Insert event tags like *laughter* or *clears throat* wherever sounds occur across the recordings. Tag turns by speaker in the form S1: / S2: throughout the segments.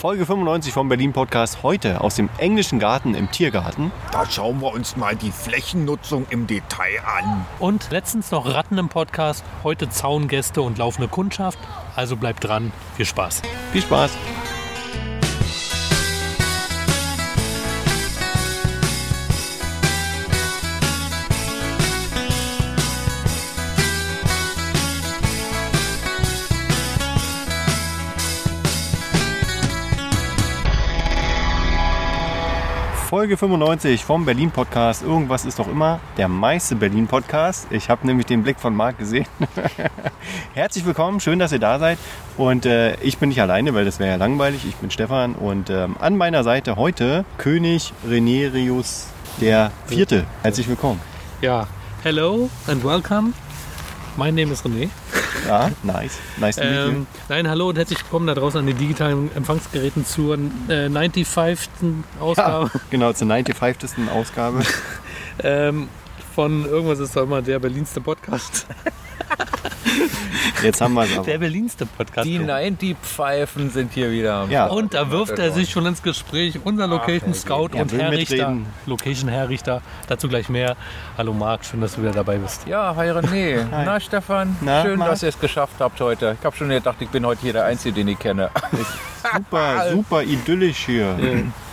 S1: Folge 95 vom Berlin Podcast heute aus dem englischen Garten im Tiergarten.
S2: Da schauen wir uns mal die Flächennutzung im Detail an.
S3: Und letztens noch Ratten im Podcast, heute Zaungäste und laufende Kundschaft. Also bleibt dran, viel Spaß.
S1: Viel Spaß! Folge 95 vom Berlin Podcast. Irgendwas ist doch immer der meiste Berlin Podcast. Ich habe nämlich den Blick von Marc gesehen. Herzlich willkommen, schön, dass ihr da seid. Und äh, ich bin nicht alleine, weil das wäre ja langweilig. Ich bin Stefan und ähm, an meiner Seite heute König Renerius der Vierte. Herzlich willkommen.
S3: Ja, hello and welcome. Mein Name ist René.
S1: Ja, nice. Nice to meet you.
S3: Ähm, nein, hallo und herzlich willkommen da draußen an den digitalen Empfangsgeräten zur äh, 95.
S1: Ja,
S3: Ausgabe
S1: genau, zur 95. Ausgabe.
S3: ähm, von Irgendwas ist doch immer der berlinste Podcast.
S1: Jetzt haben wir es aber.
S3: Der berlinste Podcast.
S4: Die 90 Pfeifen sind hier wieder. am
S1: Ja.
S4: Start.
S3: Und da wirft er sich schon ins Gespräch. Unser Location Scout
S1: Er
S3: und
S1: will
S3: Herr Richter.
S1: mitreden.
S3: Location Herr Richter. Dazu gleich mehr. Hallo Marc, schön, dass du wieder dabei bist.
S4: Ja, hi René. Na Stefan,
S1: Na,
S4: schön,
S1: Marc?
S4: dass ihr es geschafft habt heute. Ich habe schon gedacht, ich bin heute hier der Einzige, den ich kenne. *laughs*
S1: Super, super idyllisch hier.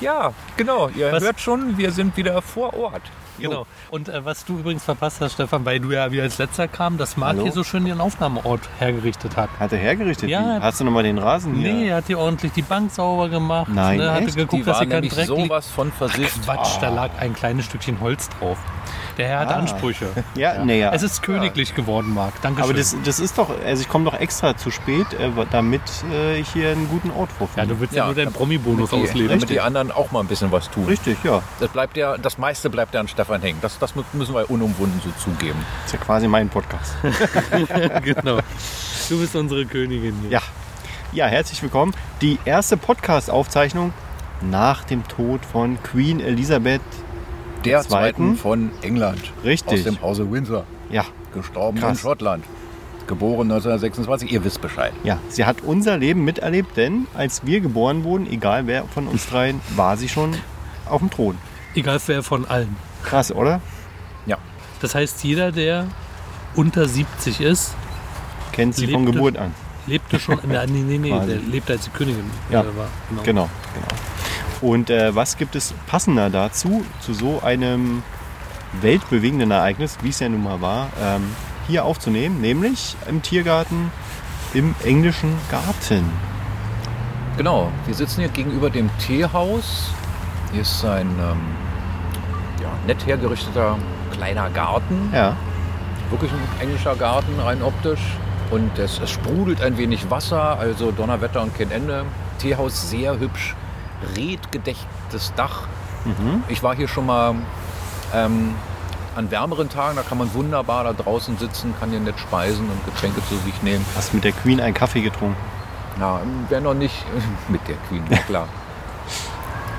S4: ja, genau. Ihr
S3: Was-
S4: hört schon, wir sind wieder vor Ort.
S3: Genau. Und äh, was du übrigens verpasst hast, Stefan, weil du ja wieder als letzter kam, dass Marc
S1: Hallo?
S3: hier so schön den Aufnahmeort hergerichtet hat.
S1: Hat er hergerichtet?
S3: Ja.
S1: Wie? Hast du nochmal den Rasen hier?
S3: Nee, er hat hier ordentlich die Bank sauber gemacht.
S1: Nein,
S3: ne, hatte
S1: echt?
S3: geguckt,
S4: Die
S3: dass hier kein
S4: waren nämlich
S3: Dreck liegt.
S4: sowas von versifft.
S3: Quatsch, da lag ein kleines Stückchen Holz drauf. Der Herr hat
S1: Ah. *laughs*
S3: Ansprüche.
S1: Ja, naja.
S3: Es ist königlich geworden, Marc. Danke
S1: Aber das, das ist doch, also ich komme doch extra zu spät, äh, damit äh, ich hier einen guten Ort
S3: ja,
S1: vorfinde.
S3: du willst ja,
S4: Ja,
S3: nur deinen
S4: damit-
S3: Promi-Bonus
S1: *laughs*
S4: Die,
S3: ausleben.
S4: damit die anderen auch mal ein bisschen was tun.
S1: Richtig, ja.
S4: Das, bleibt ja, das meiste bleibt ja an Stefan hängen. Das, das müssen wir unumwunden so zugeben.
S1: ist ja quasi mein Podcast.
S3: genau. Du bist unsere Königin hier.
S1: ja. Ja, herzlich willkommen. Die erste Podcast-Aufzeichnung nach dem Tod von Queen Elisabeth.
S4: Der
S1: Zweiten?
S4: Zweiten von England.
S1: Richtig.
S4: Aus dem Hause Windsor.
S1: Ja,
S4: Gestorben in
S1: Krass.
S4: Schottland. Geboren 1926. Ihr wisst Bescheid.
S1: ja. Sie hat unser Leben miterlebt, denn als wir geboren wurden, egal wer von uns dreien, war sie schon auf dem Thron.
S3: Egal wer von allen.
S1: Krass, oder?
S4: Ja.
S3: Das heißt, jeder, der unter 70 ist,
S1: Kennt sie von
S3: Lebte-
S1: Geburt an. *laughs*
S3: lebte schon in der. Nee, nee, nee,
S1: Quasi.
S3: der lebte als die Königin
S1: Ja.
S3: äh, war. Genau.
S1: Genau, genau. Und äh, was gibt es passender dazu, zu so einem weltbewegenden Ereignis, wie es ja nun mal war, ähm, hier aufzunehmen, nämlich im Tiergarten im englischen Garten.
S4: Genau, wir sitzen hier gegenüber dem Teehaus. Hier ist ein ähm, ja, nett hergerichteter kleiner Garten.
S1: Ja,
S4: Wirklich ein englischer Garten, rein optisch. Und es, es sprudelt ein wenig Wasser, also Donnerwetter und kein Ende. Teehaus sehr hübsch, redgedächtes Dach. Ich war hier schon mal ähm, an wärmeren Tagen, da kann man wunderbar da draußen sitzen, kann hier nett speisen und Getränke zu sich nehmen.
S1: hast mit der Queen einen Kaffee getrunken.
S4: Na, wer noch nicht *laughs* mit der Queen, na klar.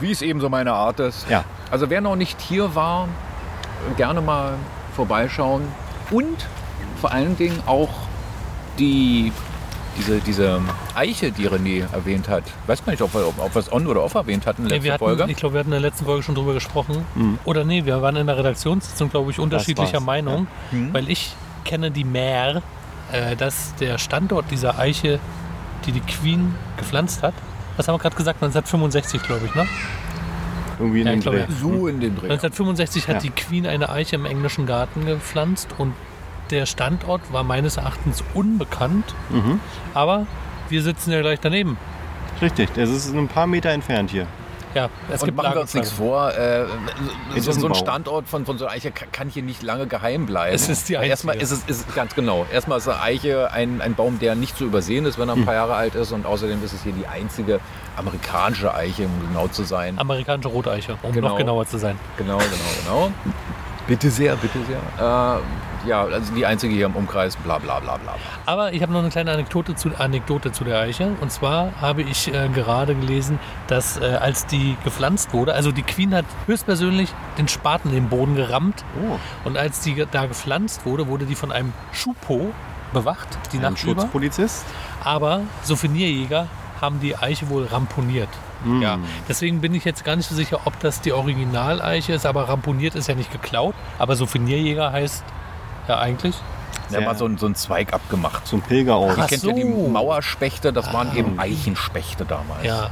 S4: Wie es eben so meine Art ist.
S1: Ja.
S4: Also wer noch nicht hier war, gerne mal vorbeischauen. Und vor allen Dingen auch die, diese, diese Eiche, die René erwähnt hat. Weiß gar nicht, ob wir, ob, ob wir es on oder off erwähnt hatten in der
S3: Nee, wir
S4: letzten
S3: hatten,
S4: Folge. Mhm.
S3: Ich glaube, wir hatten in der letzten Folge schon drüber gesprochen. Oder nee, wir waren in der Redaktionssitzung, glaube ich, unterschiedlicher
S1: war's,
S3: Meinung.
S4: Mhm.
S3: Weil ich kenne die Mär, äh, dass der Standort dieser Eiche, die die Queen gepflanzt hat, was haben wir gerade gesagt? 1965, glaube ich, ne?
S1: Irgendwie in
S3: Ja,
S1: den
S3: ich glaube,
S1: Dreh.
S3: ja.
S4: So in dem
S3: Hm.
S4: Dreh.
S3: 1965 hat
S1: Ja.
S3: die Queen eine Eiche im englischen Garten gepflanzt und der Standort war meines Erachtens unbekannt.
S4: Mhm.
S3: Aber wir sitzen ja gleich daneben.
S1: Richtig, das ist ein paar Meter entfernt hier.
S3: Ja, es
S4: Und
S3: gibt
S4: machen wir uns
S3: Lagenzwang.
S4: nichts vor, äh,
S1: Es
S4: so,
S1: ist ein
S4: so ein
S1: Bau.
S4: Standort von, von so einer Eiche kann, kann hier nicht lange geheim bleiben.
S3: Es ist die
S4: Weil Erstmal ist
S3: einzige.
S4: es ist, ganz genau. Erstmal ist eine Eiche ein, ein Baum, der nicht zu übersehen ist, wenn er ein
S3: Hm.
S4: paar Jahre alt ist. Und außerdem ist es hier die einzige amerikanische Eiche, um genau zu sein.
S3: Amerikanische Roteiche, um
S4: Genau.
S3: noch genauer zu sein.
S4: Genau, genau, genau. Bitte sehr, bitte sehr. Äh, ja, also die einzige hier im Umkreis, bla bla bla bla.
S3: Aber ich habe noch eine kleine Anekdote zu, Anekdote zu der Eiche. Und zwar habe ich äh, gerade gelesen, dass äh, als die gepflanzt wurde, also die Queen hat höchstpersönlich den Spaten in den Boden gerammt.
S1: Oh.
S3: Und als die ge- da gepflanzt wurde, wurde die von einem Schupo bewacht, die
S1: Ein
S3: Nacht über.
S1: Schutzpolizist?
S3: Aber Souvenirjäger haben die Eiche wohl ramponiert.
S1: Hm.
S3: Ja, deswegen bin ich jetzt gar nicht so sicher, ob das die Originaleiche ist, aber ramponiert ist ja nicht geklaut. Aber Souvenirjäger heißt ja eigentlich.
S4: Wir haben mal so, einen- so einen Zweig abgemacht.
S1: Zum Pilgerort.
S4: Ihr
S3: Ach
S4: kennt ja die
S3: so. Ah.
S4: Mauerspechte, das waren eben Eichenspechte damals.
S3: Ja.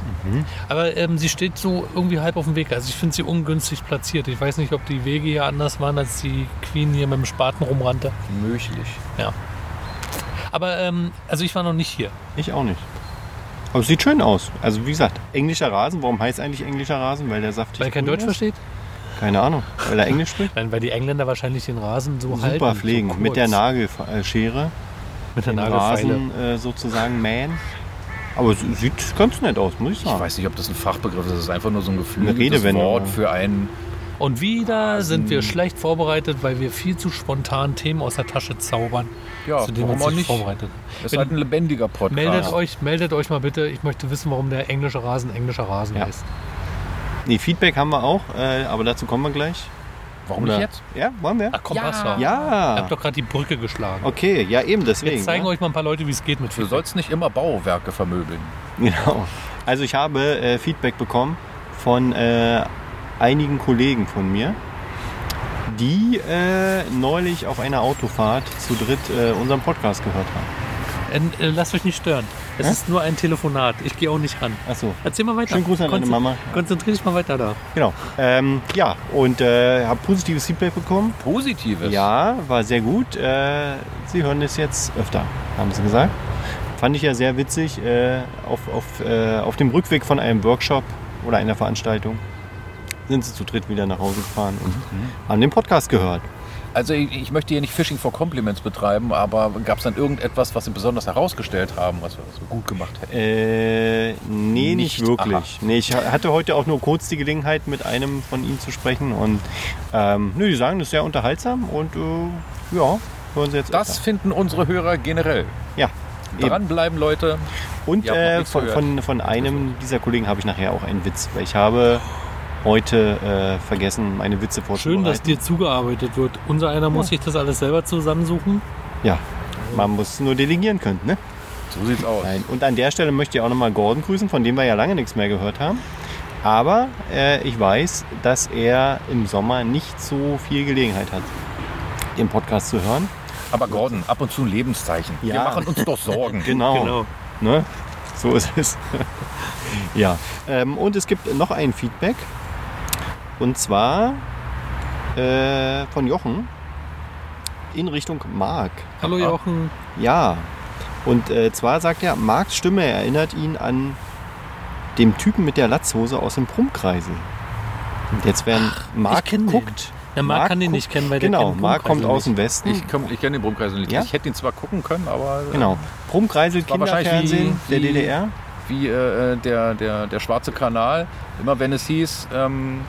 S3: Aber ähm, sie steht so irgendwie halb auf dem Weg. Also ich finde sie ungünstig platziert. Ich weiß nicht, ob die Wege hier anders waren, als die Queen hier mit dem Spaten rumrannte.
S4: Möglich.
S3: Ja. Aber ähm, also ich war noch nicht hier.
S1: Ich auch nicht. Aber es sieht schön aus. Also wie gesagt, englischer Rasen. Warum heißt eigentlich englischer Rasen? Weil der saftig
S3: Weil kein
S1: grün
S3: Deutsch
S1: ist?
S3: versteht?
S1: Keine Ahnung. Weil er Englisch
S3: *laughs*
S1: spricht?
S3: Nein, weil die Engländer wahrscheinlich den Rasen so halten.
S1: Super pflegen.
S3: So
S1: Mit der
S3: kurz.
S1: Nagelschere.
S3: Mit der
S1: Den
S3: Nagelfeile.
S1: Rasen äh, sozusagen mähen. Aber es sieht ganz nett aus, muss ich
S4: Ich
S3: Ah.
S1: sagen.
S4: weiß nicht, ob das ein Fachbegriff ist. Das ist einfach nur so ein geflügeltes
S1: Redewendung,
S4: Wort
S1: ja.
S4: für einen.
S3: Und wieder sind wir schlecht vorbereitet, weil wir viel zu spontan Themen aus der Tasche zaubern,
S4: Ja,
S3: zu denen wir
S4: warum
S3: uns
S4: auch
S3: nicht
S4: nicht?
S3: vorbereitet
S4: Das ist
S3: Wenn-
S4: halt ein lebendiger Podcast.
S3: Meldet euch, meldet euch mal bitte. Ich möchte wissen, warum der englische Rasen englischer Rasen
S1: Ja.
S3: heißt.
S1: Nee, Feedback haben wir auch, äh, aber dazu kommen wir gleich.
S4: Warum
S1: Oder-
S4: nicht jetzt?
S1: Ja, wollen wir?
S3: Ach komm, pass auf. Ihr
S1: Ja.
S3: habt doch gerade die Brücke geschlagen.
S1: Okay, ja eben deswegen.
S3: Jetzt zeigen
S1: Ah. ne?
S3: euch mal ein paar Leute, wie es geht mit
S4: Du
S3: Feedback.
S4: sollst nicht immer Bauwerke vermöbeln.
S1: Genau. Also ich habe äh, Feedback bekommen von äh, einigen Kollegen von mir, die äh, neulich auf einer Autofahrt zu dritt äh, unseren Podcast gehört haben.
S3: Äh, äh, lasst euch nicht stören. Es
S1: Hä?
S3: ist nur ein Telefonat. Ich gehe auch nicht ran.
S1: Achso.
S3: Erzähl mal weiter.
S1: Schönen Gruß an deine
S3: Konzent-
S1: Mama.
S3: Konzentrier dich mal weiter da.
S1: Genau. Ähm, ja, und äh, habe positives Feedback bekommen.
S4: Positives.
S1: Ja, war sehr gut. Äh, sie hören es jetzt öfter, haben sie gesagt. Fand ich ja sehr witzig. Äh, auf, auf, äh, auf dem Rückweg von einem Workshop oder einer Veranstaltung sind sie zu dritt wieder nach Hause gefahren und haben den Podcast gehört.
S4: Also ich, ich möchte hier nicht Fishing for Compliments betreiben, aber gab es dann irgendetwas, was Sie besonders herausgestellt haben, was wir so gut gemacht hätten?
S1: Äh, nee, nicht,
S4: Nicht,
S1: wirklich.
S4: aha.
S1: Nee, ich ha- hatte heute auch nur kurz die Gelegenheit, mit einem von ihnen zu sprechen. Und ähm, nö, die sagen, das ist sehr unterhaltsam und äh, ja, hören sie jetzt
S4: Das
S1: öfter.
S4: finden unsere Hörer generell.
S1: Ja, eben.
S4: Dranbleiben, Leute.
S1: Und
S4: Ihr habt noch
S1: äh,
S4: nichts
S1: von,
S4: gehört.
S1: von, von einem dieser Kollegen habe ich nachher auch einen Witz, weil ich habe heute äh, vergessen, meine Witze
S3: Schön,
S1: vorzubereiten.
S3: dass dir zugearbeitet wird. Unser einer muss sich das alles selber zusammensuchen.
S1: Ja, man muss nur delegieren können, ne?
S4: So sieht's aus.
S1: Nein. Und an der Stelle möchte ich auch nochmal Gordon grüßen, von dem wir ja lange nichts mehr gehört haben. Aber äh, ich weiß, dass er im Sommer nicht so viel Gelegenheit hat, den Podcast zu hören.
S4: Aber Gordon, ab und zu ein Lebenszeichen. Wir
S1: Ja.
S4: machen uns doch Sorgen.
S1: *laughs* Genau. Ne? So ist es. *laughs* ja. Ähm, und es gibt noch ein Feedback. Und zwar äh, von Jochen in Richtung Marc.
S3: Hallo Jochen.
S1: Ja. Und äh, zwar sagt er, Marks Stimme erinnert ihn an dem Typen mit der Latzhose aus dem Prumkreisel. Und jetzt werden Marc
S3: kenn den.
S1: guckt.
S3: Ja, Marc kann den
S1: guckt-
S3: nicht kennen, weil der
S1: Genau,
S3: kennt
S1: Marc kommt
S3: Prumkreisel
S1: aus dem Westen.
S4: Ich, komm- ich kenne den Brummkreisel nicht.
S1: Ja?
S4: Ich hätte ihn zwar gucken können, aber äh,
S1: genau. Prumkreisel,
S4: War wahrscheinlich
S1: Kinderfernsehen
S4: wie-
S1: der
S4: wie-
S1: DDR.
S4: wie äh, der, der, der schwarze Kanal. Immer wenn es hieß, ähm,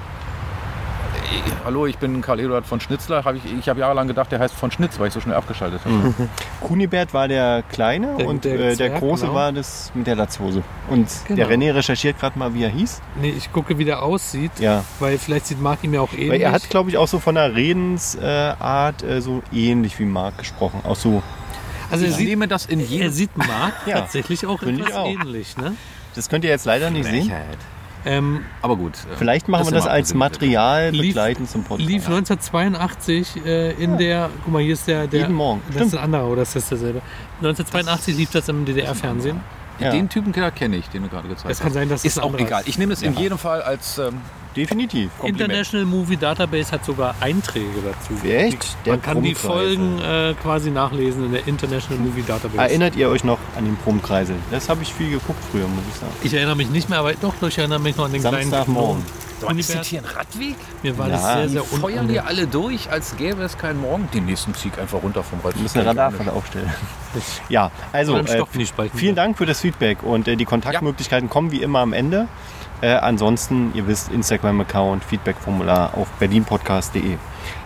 S4: äh, hallo, ich bin Karl Eduard von Schnitzler, habe ich, ich habe jahrelang gedacht, der heißt von Schnitz, weil ich so schnell abgeschaltet habe.
S1: Mhm. Kunibert war der Kleine
S3: Der-
S1: und
S3: der
S1: der, äh, der
S3: Zwerg,
S1: Große
S3: genau.
S1: war das mit der Latzhose. Und der
S3: Genau.
S1: René recherchiert gerade mal, wie er hieß.
S3: Nee, ich gucke, wie der aussieht,
S1: Ja.
S3: weil vielleicht sieht Marc ihn ja auch ähnlich.
S1: Weil er hat, glaube ich, auch so von der Redensart äh, so ähnlich wie Marc gesprochen. Auch so,
S3: also er
S4: Ich
S3: sieht,
S4: nehme das
S1: äh,
S4: in
S3: er
S4: jedem
S3: sieht Marc
S1: Ja.
S3: tatsächlich auch
S1: Finde ich
S3: etwas
S1: auch.
S3: ähnlich. Ne?
S1: das könnt ihr jetzt leider nicht sehen.
S3: Ähm,
S4: Aber gut. äh,
S1: Vielleicht machen
S4: das
S1: wir das
S4: macht
S1: als
S4: Sinn.
S1: Material
S3: Lief-
S1: begleitend zum Podcast.
S3: lief 1982 äh, in der, guck mal, hier ist der, der
S1: Jeden Morgen.
S3: das
S1: Stimmt.
S3: ist ein anderer oder ist das derselbe? 1982 lief das im DDR-Fernsehen.
S1: Ja.
S4: Den Typen da kenne ich, den du gerade gezeigt
S3: Das kann sein, dass
S4: hast.
S3: es
S4: Ist
S3: ein
S4: auch
S3: anderer
S4: egal.
S3: ist.
S4: Ich nehme es in jedem Fall als ähm,
S1: Definitiv.
S4: Kompliment.
S3: International Movie Database hat sogar Einträge dazu.
S1: Echt? Der
S3: Man kann die
S1: Brummkreisel.
S3: Folgen äh, quasi nachlesen in der International Movie Database.
S1: Erinnert ihr euch noch an den Promkreisel? Das habe ich viel geguckt früher, muss ich sagen.
S3: ich erinnere mich nicht mehr, aber doch, doch, ich erinnere mich noch an den kleinen
S1: Samstagmorgen.
S3: Kunibert.
S4: Ist das hier ein Radweg?
S3: Mir war das
S1: Ja.
S3: sehr,
S4: Die
S3: sehr
S4: feuern
S3: unangenehm.
S4: hier alle durch, als gäbe es keinen Morgen. Den nächsten Sieg einfach runter vom Radweg.
S1: Wir müssen eine Radarfalle aufstellen. *laughs* Ja, also
S3: Oder einen
S1: äh,
S3: Stock in die Spalten.
S1: vielen Dank für das Feedback und äh, die Kontaktmöglichkeiten kommen wie immer am Ende. Äh, ansonsten, ihr wisst, Instagram-Account, Feedback-Formular auf berlinpodcast.de.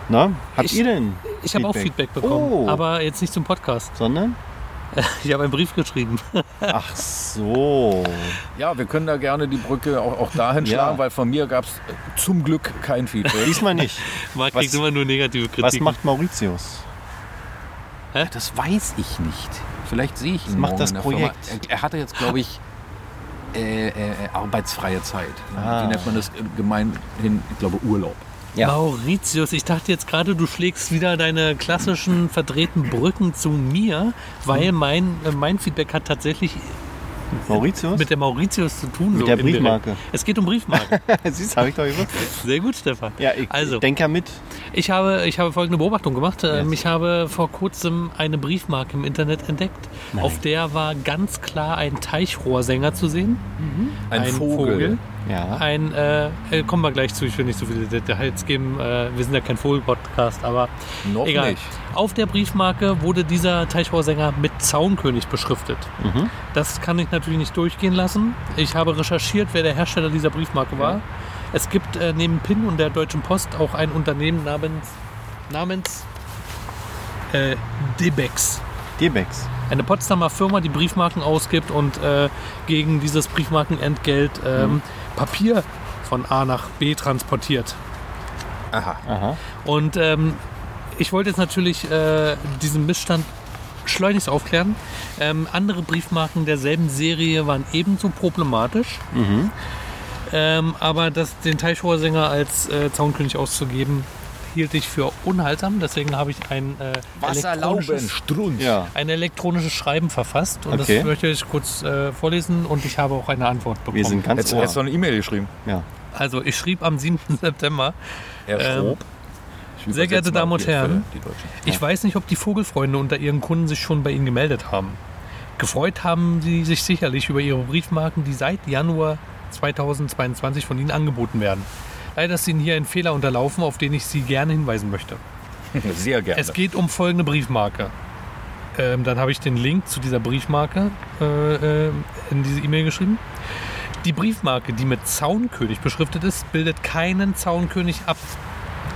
S1: Na, habt
S3: Ich-
S1: ihr denn?
S3: Ich habe auch Feedback bekommen,
S1: Oh.
S3: aber jetzt nicht zum Podcast.
S4: *laughs*
S1: Sondern?
S3: Ich habe einen Brief geschrieben. *laughs*
S1: Ach so.
S4: Ja, wir können da gerne die Brücke auch, auch dahin
S1: Ja.
S4: schlagen, weil von mir gab es zum Glück kein Feedback.
S1: Diesmal
S4: *laughs*
S1: nicht.
S3: Marc
S1: Was-
S3: kriegt immer nur negative Kritik.
S1: Was macht Mauritius?
S4: das weiß ich nicht. Vielleicht sehe ich ihn
S1: macht
S4: morgen
S1: das
S4: in der
S1: Projekt?
S4: Firma. Er- Er hatte jetzt, glaube ich, äh, äh, arbeitsfreie Zeit. ne?
S1: Ah.
S4: Wie nennt man das äh, gemeinhin? Ich glaube Urlaub.
S1: Ja.
S3: Mauritius, ich dachte jetzt gerade, du schlägst wieder deine klassischen verdrehten Brücken zu mir,
S1: Hm.
S3: weil mein, äh, mein Feedback hat tatsächlich
S1: Mauritius?
S3: mit der Mauritius zu tun.
S1: Mit der
S3: indirekt.
S1: Briefmarke.
S3: Es geht um Briefmarke.
S1: *laughs* Siehst, habe ich doch gewusst.
S3: Sehr gut, Stefan.
S1: Ja, ich
S3: also,
S1: denke ja mit.
S3: ich habe, ich habe folgende Beobachtung gemacht. Ähm,
S1: Yes.
S3: Ich habe vor kurzem eine Briefmarke im Internet entdeckt. Auf der war ganz klar ein Teichrohrsänger zu sehen.
S1: Mhm.
S4: Ein, Vogel.
S1: Ja.
S3: Ein, äh, äh, kommen wir gleich zu, ich will nicht so viele Details geben. Äh, wir sind ja kein Vogel-Podcast, aber
S4: Noch
S3: egal.
S4: nicht.
S3: Auf der Briefmarke wurde dieser Teichrohrsänger mit Zaunkönig beschriftet.
S4: Mhm.
S3: Das kann ich natürlich nicht durchgehen lassen. Ich habe recherchiert, wer der Hersteller dieser Briefmarke war. Es gibt äh, neben PIN und der Deutschen Post auch ein Unternehmen namens, namens äh, Debex
S1: Debex.
S3: eine Potsdamer Firma, die Briefmarken ausgibt und äh, gegen dieses Briefmarkenentgelt ähm, Papier von A nach B transportiert.
S4: Aha.
S1: Aha.
S3: Und ähm, ich wollte jetzt natürlich äh, diesen Missstand schleunigst aufklären. Ähm, andere Briefmarken derselben Serie waren ebenso problematisch. Ähm, aber das, den Teichrohrsänger als äh, Zaunkönig auszugeben, hielt ich für unhaltsam. Deswegen habe ich ein äh, elektronisches
S4: Strunz.
S1: Ja.
S3: ein elektronisches Schreiben verfasst und
S1: Okay.
S3: das möchte ich kurz äh, vorlesen und ich habe auch eine Antwort bekommen.
S1: Wir sind ganz
S4: Jetzt
S1: ohr.
S4: hast du eine E-Mail geschrieben.
S1: Ja.
S3: also ich schrieb am 7. *laughs* September,
S4: Herr
S3: Ähm,
S4: Schrob. Ich
S3: sehr geehrte
S4: übersetze mal
S3: Damen und
S4: hier für
S3: Herren.
S4: die Deutschen.
S3: ich weiß nicht, ob die Vogelfreunde unter ihren Kunden sich schon bei Ihnen gemeldet haben. Gefreut haben sie sich sicherlich über ihre Briefmarken, die seit Januar 2022 von Ihnen angeboten werden. Leider ist Ihnen hier ein Fehler unterlaufen, auf den ich Sie gerne hinweisen möchte.
S4: Sehr gerne.
S3: Es geht um folgende Briefmarke. Ähm, dann habe ich den Link zu dieser Briefmarke äh, äh, in diese E-Mail geschrieben. Die Briefmarke, die mit Zaunkönig beschriftet ist, bildet keinen Zaunkönig ab.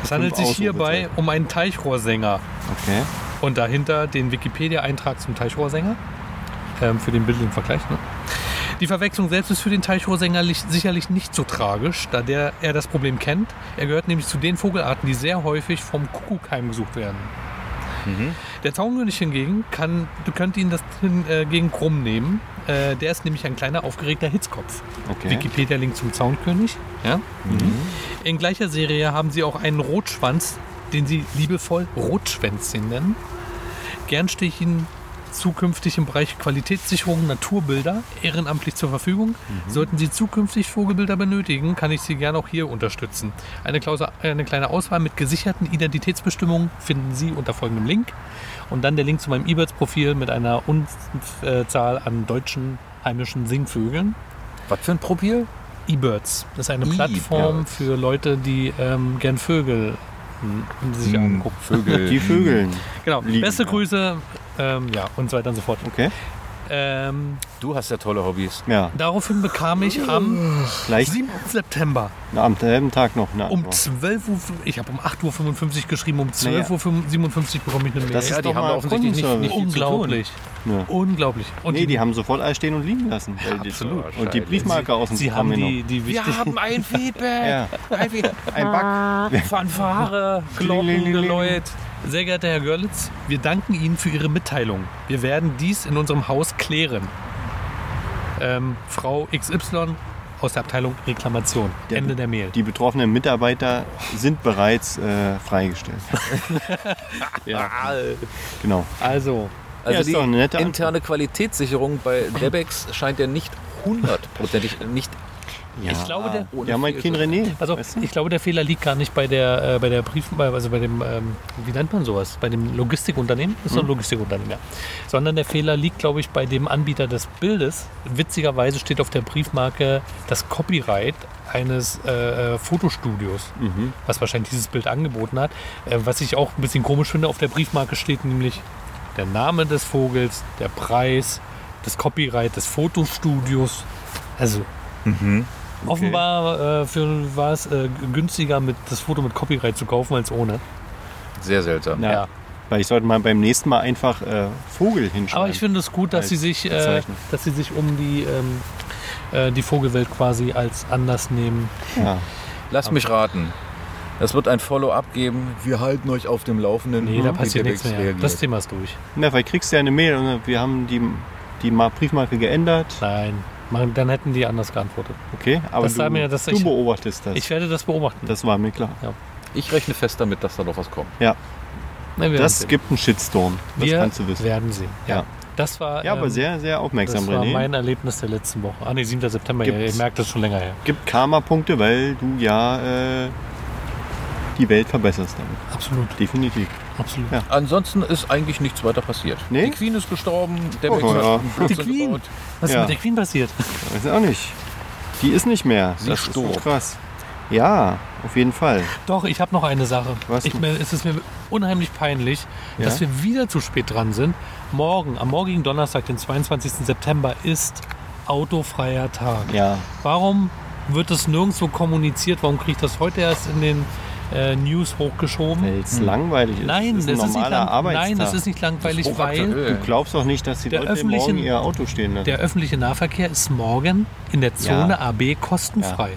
S3: Es handelt sich hierbei um einen Teichrohrsänger
S1: Okay.
S3: und dahinter den Wikipedia-Eintrag zum Teichrohrsänger. Ähm, für den bildlichen Vergleich. Ne? Die Verwechslung selbst ist für den Teichrohrsänger li- sicherlich nicht so tragisch, da der, er das Problem kennt. Er gehört nämlich zu den Vogelarten, die sehr häufig vom Kuckuck heimgesucht werden. Der Zaunkönig hingegen kann, du könnt ihn das hin, äh, gegen krumm nehmen. Äh, der ist nämlich ein kleiner aufgeregter Hitzkopf.
S1: Okay.
S3: Wikipedia-Link zum Zaunkönig. Ja? In gleicher Serie haben sie auch einen Rotschwanz, den sie liebevoll Rotschwänzchen nennen. Gern stehe ich Ihnen zukünftig im Bereich Qualitätssicherung Naturbilder ehrenamtlich zur Verfügung. Sollten Sie zukünftig Vogelbilder benötigen, kann ich Sie gern auch hier unterstützen. Eine, Klausel, eine kleine Auswahl mit gesicherten Identitätsbestimmungen finden Sie unter folgendem Link. Und dann der Link zu meinem eBirds-Profil mit einer Unzahl an deutschen heimischen Singvögeln.
S4: Was für ein Profil?
S3: eBirds. Das ist eine Plattform
S4: eBirds.
S3: für Leute, die ähm, gern Vögel hm, sich angucken.
S4: Vögel.
S1: Die Vögel.
S3: *laughs* Genau.
S1: Lieben,
S3: Beste
S1: ja.
S3: Grüße. Ähm, ja, und so weiter und so fort.
S1: Okay.
S3: Ähm,
S4: Du hast ja tolle Hobbys.
S1: Ja.
S3: daraufhin bekam ich am
S1: Gleich
S3: 7. September
S1: am selben Tag noch eine
S3: um
S1: Antwort.
S3: 12 Uhr, ich habe um 8.55 Uhr geschrieben, um 12.57 Uhr bekomme ich eine Mail.
S1: Das ist
S4: Ja, die
S1: doch
S4: haben
S1: mal
S4: da offensichtlich nicht-
S1: Kundenservice.
S4: nicht- viel zu tun.
S3: unglaublich.
S1: Ja.
S3: Unglaublich. Und
S1: Nee, die haben sofort alles stehen und liegen lassen. Weil die-
S4: absolut.
S1: Und die Briefmarke aus dem
S3: sie
S1: Programm
S3: haben
S1: genommen.
S3: die, die wichtigen
S4: haben ein Feedback.
S1: Ja.
S3: Äh,
S4: Ein Feedback.
S1: *laughs* Ein
S3: Ah.
S1: Bug.
S3: Fanfare, Glocken
S1: Klingelingeling.
S3: geläut. Sehr geehrter Herr Görlitz, wir danken Ihnen für Ihre Mitteilung. Wir werden dies in unserem Haus klären. Ähm, Frau XY aus der Abteilung Reklamation.
S1: Der-
S3: Ende der Mail.
S1: Die betroffenen Mitarbeiter sind bereits äh,
S3: *laughs*
S1: freigestellt. Genau.
S3: Also,
S1: Ja, ist
S4: Also
S1: doch eine
S4: die
S1: nette Antwort.
S4: interne Qualitätssicherung bei Debex scheint ja nicht hundertprozentig nicht.
S1: Ja.
S3: ich glaube, der, Oh,
S4: ohne
S1: Wir haben ein
S4: viel-
S1: Kind René.
S3: pass auf,
S1: weißt du?
S3: Also, ich glaube, der Fehler liegt gar nicht bei der, äh, bei der Brief, bei- also bei dem, ähm, wie nennt man sowas? Bei dem Logistikunternehmen? Ist doch
S1: Hm.
S3: ein Logistikunternehmen, ja. Sondern der Fehler liegt, glaube ich, bei dem Anbieter des Bildes. Witzigerweise steht auf der Briefmarke das Copyright eines äh, äh, Fotostudios,
S1: Mhm.
S3: was wahrscheinlich dieses Bild angeboten hat. Äh, was ich auch ein bisschen komisch finde, auf der Briefmarke steht nämlich der Name des Vogels, der Preis, das Copyright des Fotostudios. Also
S1: Mhm.
S3: offenbar äh, für, war es äh, günstiger, mit, das Foto mit Copyright zu kaufen als ohne.
S4: Sehr seltsam.
S1: Ja.
S3: ja.
S1: Weil ich sollte mal beim nächsten Mal einfach äh, Vogel hinschreiben.
S3: Aber ich finde es gut, dass
S1: Als
S3: sie sich, äh,
S1: Bezeichnung.
S3: dass sie sich um die, ähm, äh, die Vogelwelt quasi als Anlass nehmen.
S1: ja.
S4: Lass mich raten. Es wird ein Follow-up geben. Wir halten euch auf dem Laufenden.
S1: Mhm.
S3: Nee, da
S4: wie
S3: passiert
S4: Debex
S3: nichts mehr.
S4: reagiert.
S3: Das Thema ist durch.
S1: äh, Na, vielleicht kriegst du ja eine Mail und wir haben die, die Ma- Briefmarke geändert.
S3: Nein. Man- Dann hätten die anders geantwortet.
S1: Okay, aber
S3: Das
S1: du,
S3: sei mir, dass
S1: du
S3: ich-
S1: beobachtest das.
S3: Ich werde das beobachten.
S1: das war mir klar.
S4: Ich rechne fest damit, dass da noch was kommt.
S1: Ja,
S3: Nein, wir
S1: das
S3: werden
S1: gibt einen Shitstorm.
S3: sehen.
S1: Das
S3: wir
S1: kannst du wissen.
S3: werden sehen. Ja.
S1: Ja.
S3: Das war,
S1: Ja, aber
S3: ähm,
S1: sehr, sehr aufmerksam,
S3: das war
S1: René.
S3: mein Erlebnis der letzten Woche. Ah, nee, 7. September. ja,
S1: Gibt's-
S3: Ihr merkt das schon länger her.
S1: Gibt Karma-Punkte, weil du ja äh, die Welt verbesserst damit.
S3: Absolut,
S1: Definitiv.
S3: absolut.
S1: Ja.
S4: Ansonsten ist eigentlich nichts weiter passiert.
S1: Nee?
S4: Die Queen ist gestorben, der
S1: Oh,
S4: Beck hat
S1: ja.
S4: einen Blödsinn
S3: Die Queen.
S4: gebaut.
S3: Was
S1: Ja.
S3: ist mit der Queen passiert?
S1: Weiß ich auch nicht. Die ist nicht mehr.
S4: Sie
S1: das ist so
S4: starb.
S1: krass. Ja, auf jeden Fall.
S3: Doch, ich habe noch eine Sache.
S1: Was
S3: ich,
S1: denn?
S3: mir- es ist mir unheimlich peinlich,
S1: Ja?
S3: dass wir wieder zu spät dran sind. Morgen, am morgigen Donnerstag, den 22. September, ist autofreier Tag.
S1: Ja,
S3: Warum wird es nirgendwo kommuniziert? Warum kriege ich das heute erst in den äh, News hochgeschoben?
S1: weil es langweilig ist.
S3: Hm. Nein,
S1: das ist ein
S3: das ist nicht
S1: normaler
S3: lang,
S1: Arbeitstag.
S3: nein, das ist nicht langweilig, weil
S4: Hochaktuell.
S1: du glaubst doch nicht, dass die
S3: Der
S1: Leute
S3: öffentlichen-
S1: morgen ihr Auto stehen ne? lassen.
S3: der öffentliche Nahverkehr ist morgen in der Zone
S1: Ja.
S3: AB kostenfrei.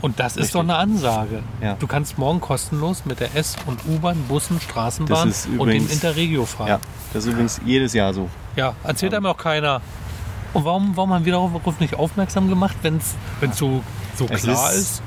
S3: Und das
S1: Richtig.
S3: ist doch eine Ansage.
S1: Ja.
S3: Du kannst morgen kostenlos mit der S- und U-Bahn, Bussen, Straßenbahn
S1: Das ist
S3: und dem
S1: übrigens-
S3: Interregio fahren.
S1: ja, das ist übrigens jedes Jahr so.
S3: Ja, erzählt einem auch keiner. Und warum, warum haben wir darauf nicht aufmerksam gemacht, wenn es so, so
S1: Es
S3: klar
S1: ist-
S3: ist?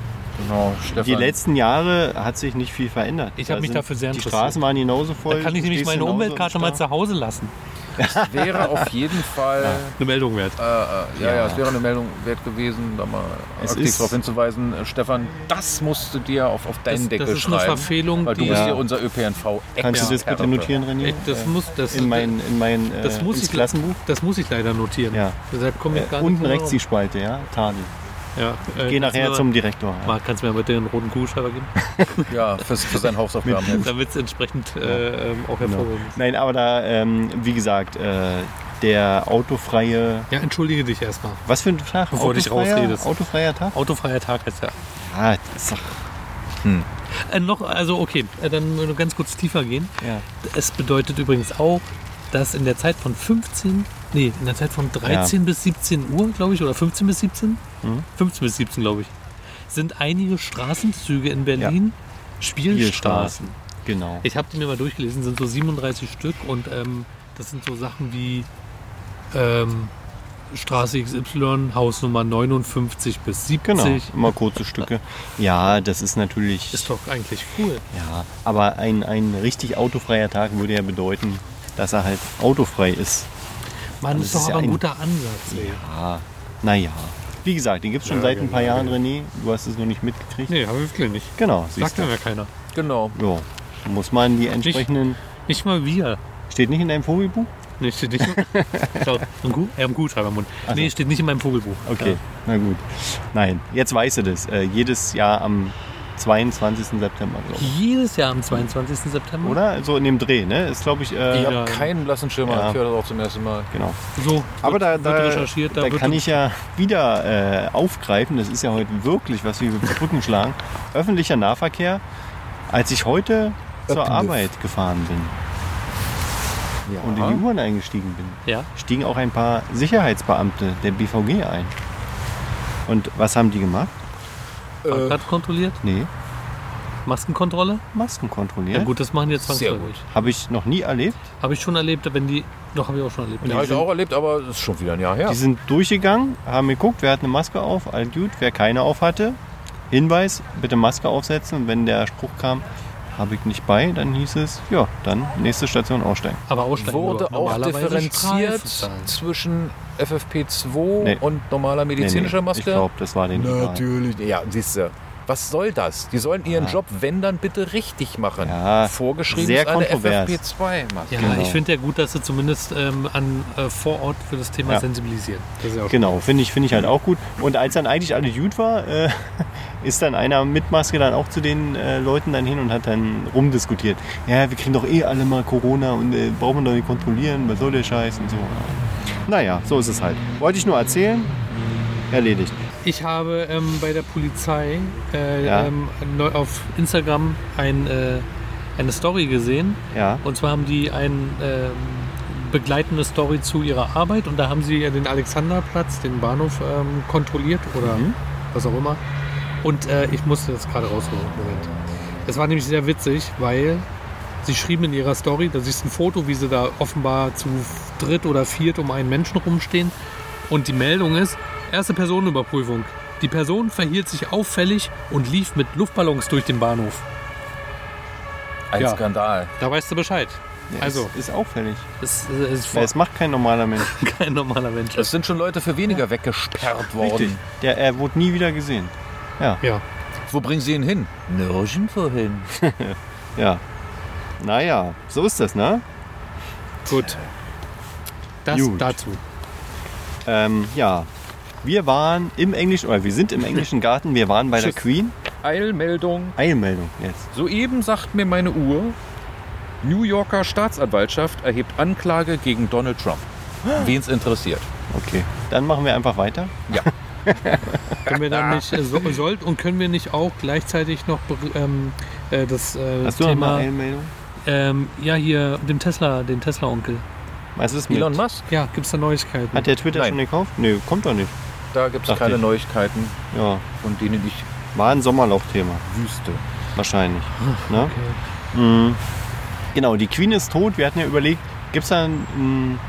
S4: Genau, Stefan.
S1: Die letzten Jahre hat sich nicht viel verändert.
S3: Ich hab
S1: Da
S3: mich
S1: sind-
S3: dafür sehr
S1: Die
S3: interessiert.
S1: Straßen waren genauso voll.
S3: Da kann ich
S1: du
S3: nämlich
S1: stehst
S3: meine
S1: genauso
S3: Umweltkarte
S1: im
S3: mal
S1: Stau.
S3: zu Hause lassen.
S4: *laughs* wäre auf jeden Fall.
S3: Eine Meldung wert.
S4: Äh, äh, ja,
S1: Ja.
S4: ja, es wäre eine Meldung wert gewesen, da mal
S1: Es
S4: aktiv
S1: ist-
S4: darauf hinzuweisen. Äh, Stefan, das musst du dir auf, auf deinen
S3: Das- das
S4: Deckel
S3: ist eine
S4: schreiben.
S3: Verfehlung,
S4: weil du
S3: die-
S4: bist
S1: Ja.
S4: ja unser ÖPNV-Experte.
S1: Kannst du das bitte notieren, René?
S3: Ey, das muss, das,
S1: In mein, in mein äh,
S3: das muss
S1: ins
S3: ich-
S1: Klassenbuch?
S3: das muss ich leider notieren.
S1: Ja.
S3: Deshalb komme ich
S1: Äh,
S3: gar nicht
S1: unten
S3: drum
S1: rechts die
S3: herum.
S1: Spalte, ja? Tadel.
S3: Ja, äh,
S1: Geh
S3: kannst du
S1: nachher
S3: mir-
S1: zum Direktor. Ja.
S3: Marc, kannst du mir bitte den roten Kugelschreiber *laughs* geben?
S4: Ja, für, für seine Hausaufgaben. helfen.
S3: Damit es entsprechend äh, ähm, auch hervorgehoben
S1: Genau.
S3: ist.
S1: Nein, aber da, ähm, wie gesagt, äh, der autofreie.
S3: Ja, entschuldige dich erstmal.
S1: Was für ein Tag?
S3: Bevor du dich
S1: Autofreier-
S3: rausredest.
S1: Autofreier Tag?
S3: Autofreier Tag heißt ja.
S1: Ah, ist doch,
S3: Äh, noch, also okay, äh, dann nur ganz kurz tiefer gehen.
S1: ja.
S3: Es bedeutet übrigens auch, dass in der Zeit von 15, nee, in der Zeit von 13 bis 17 Uhr, glaube ich, oder 15 bis 17? 15 bis 17, glaube ich, sind einige Straßenzüge in Berlin Spielstraßen.
S1: Spielstraßen. Genau.
S3: Ich habe die mir mal durchgelesen, sind so 37 Stück und ähm, das sind so Sachen wie ähm, Straße XY, Hausnummer 59 bis 70.
S1: Genau, immer kurze Stücke. Ja, das ist natürlich.
S3: Ist doch eigentlich cool.
S1: Ja, aber ein, ein richtig autofreier Tag würde ja bedeuten, dass er halt autofrei ist.
S3: Man
S1: Das
S3: ist doch
S1: Also ist ja
S3: aber ein
S1: ein-
S3: guter Ansatz. ey.
S1: Ja, naja. Wie gesagt, den gibt es schon seit ein paar Jahren, René. Du hast es noch nicht mitgekriegt.
S3: Nee, habe ich wirklich nicht.
S1: Genau,
S3: Sagt
S1: siehst
S3: mir
S1: du.
S3: ja keiner.
S4: Genau.
S1: Ja, muss man die entsprechenden.
S3: Nicht mal wir.
S1: Steht nicht in deinem Vogelbuch?
S3: Nee, steht nicht.
S1: *laughs*
S3: Schau, im Gu äh, im Kugelschreibermund. Nee, steht nicht in meinem Vogelbuch.
S1: Okay, na gut. Nein, jetzt weißt du das. Äh, jedes Jahr am 22. September, glaube
S3: Ja. Äh, Jedes Jahr am 22.
S1: ich.
S3: September.
S1: Oder? So in dem Dreh, ne? Ist, glaube ich, äh,
S4: Ich
S3: Ja.
S4: habe keinen blassen Schimmer.
S1: Ja.
S4: Ich höre das auch zum ersten Mal.
S1: genau.
S3: So.
S1: Aber da,
S3: wird,
S1: da,
S3: wird recherchiert, da,
S1: da
S3: wird
S1: kann ich ja wieder äh, aufgreifen, das ist ja heute wirklich, was wir über die Brücken schlagen, öffentlicher Nahverkehr. Als ich heute zur
S4: Öffentlich.
S1: Arbeit gefahren bin und in die U-Bahn eingestiegen bin,
S3: Ja.
S1: stiegen auch ein paar Sicherheitsbeamte der BVG ein. Und was haben die gemacht?
S4: Äh,
S3: Fahrrad kontrolliert,
S1: Nee,
S3: Maskenkontrolle.
S1: Masken kontrolliert.
S3: Ja, gut, das machen die jetzt
S4: sehr
S3: zwangsläufig.
S4: ruhig.
S1: Habe ich noch nie erlebt.
S3: Habe ich schon erlebt, wenn die. Doch, habe ich auch schon erlebt.
S4: Den
S3: Ja.
S4: habe ich auch erlebt, aber es ist schon wieder ein Jahr her.
S1: Die sind durchgegangen, haben geguckt, wer hat eine Maske auf, all gut, wer keine auf hatte. Hinweis, bitte Maske aufsetzen. Und wenn der Spruch kam, habe ich nicht bei, dann hieß es, ja, dann nächste Station aussteigen.
S3: Aber aussteigen
S4: Wurde
S3: nur.
S4: auch
S3: Normalerweise
S4: differenziert
S3: Strafen zahlen.
S4: zwischen FFP2
S1: Nee.
S4: und normaler medizinischer
S1: Nee, nee, Ich
S4: Maske?
S1: glaube, das war den
S4: Natürlich. Ja, siehst du. Was soll das? Die sollen ihren
S1: Ja.
S4: Job, wenn dann, bitte richtig machen.
S1: Ja,
S4: Vorgeschrieben
S1: sehr
S4: ist eine
S1: kontrovers.
S4: FFP2-Maske.
S3: Ja,
S1: Genau.
S3: ich finde ja gut, dass sie zumindest ähm, an, äh, vor Ort für das Thema
S1: Ja.
S3: sensibilisieren. Das ist ja auch
S1: Genau, finde ich, finde ich halt auch gut. Und als dann eigentlich alle gut war, äh, *laughs* ist dann einer mit Maske dann auch zu den äh, Leuten dann hin und hat dann rumdiskutiert. Ja, wir kriegen doch eh alle mal Corona und äh, braucht man doch nicht kontrollieren, was soll der Scheiß und so. Naja, so ist es halt. Wollte ich nur erzählen, erledigt.
S3: Ich habe ähm, bei der Polizei äh,
S1: Ja.
S3: ähm, neu auf Instagram ein, äh, eine Story gesehen.
S1: Ja.
S3: Und zwar haben die ein ähm, begleitende Story zu ihrer Arbeit und da haben sie ja den Alexanderplatz, den Bahnhof ähm, kontrolliert oder was auch immer. Und äh, ich musste das gerade rausholen. Moment. Es war nämlich sehr witzig, weil sie schrieben in ihrer Story, da siehst du ein Foto, wie sie da offenbar zu dritt oder viert um einen Menschen rumstehen Und die Meldung ist, erste Personenüberprüfung. Die Person verhielt sich auffällig und lief mit Luftballons durch den Bahnhof.
S4: Ein
S3: Ja.
S4: Skandal.
S3: Da weißt du Bescheid. Also,
S1: Ist, ist auffällig.
S3: es, es ist
S1: Es macht kein normaler Mensch.
S3: kein normaler Mensch.
S4: Es sind schon Leute für weniger weggesperrt worden.
S1: Richtig. Der, er wurde nie wieder gesehen.
S3: Ja.
S4: Wo bringen sie ihn hin? Nirgendwo hin.
S1: Ja. Naja, so ist das, ne?
S3: Gut. Das
S1: Gut.
S3: dazu.
S1: Ähm, ja. Wir waren im englischen, oder wir sind im englischen Garten, wir waren bei der
S3: Tschüss.
S1: Queen.
S4: Eilmeldung.
S1: Eilmeldung jetzt.
S4: Soeben sagt mir meine Uhr, New Yorker Staatsanwaltschaft erhebt Anklage gegen Donald Trump. Wen's interessiert.
S1: Okay. Dann machen wir einfach weiter.
S3: Können wir dann
S1: *laughs*
S3: nicht, äh, so, sollten und können wir nicht auch gleichzeitig noch ber- ähm, äh, das äh,
S1: Hast du noch mal
S3: Thema,
S1: Eilmeldung?
S3: ähm, ja hier, dem Tesla, den Tesla-Onkel.
S1: Was ist mit?
S4: Elon Musk,
S3: Ja, gibt's da Neuigkeiten?
S1: Hat der Twitter
S4: Nein.
S1: schon gekauft? Nö, kommt doch nicht.
S4: da gibt's
S1: Dachte
S4: keine
S1: ich.
S4: Neuigkeiten,
S1: Ja.
S4: von denen ich
S1: War ein Sommerloch-Thema.
S4: wüsste.
S1: Wahrscheinlich. Ne? Mhm. Genau, die Queen ist tot. Wir hatten ja überlegt, gibt es da ein,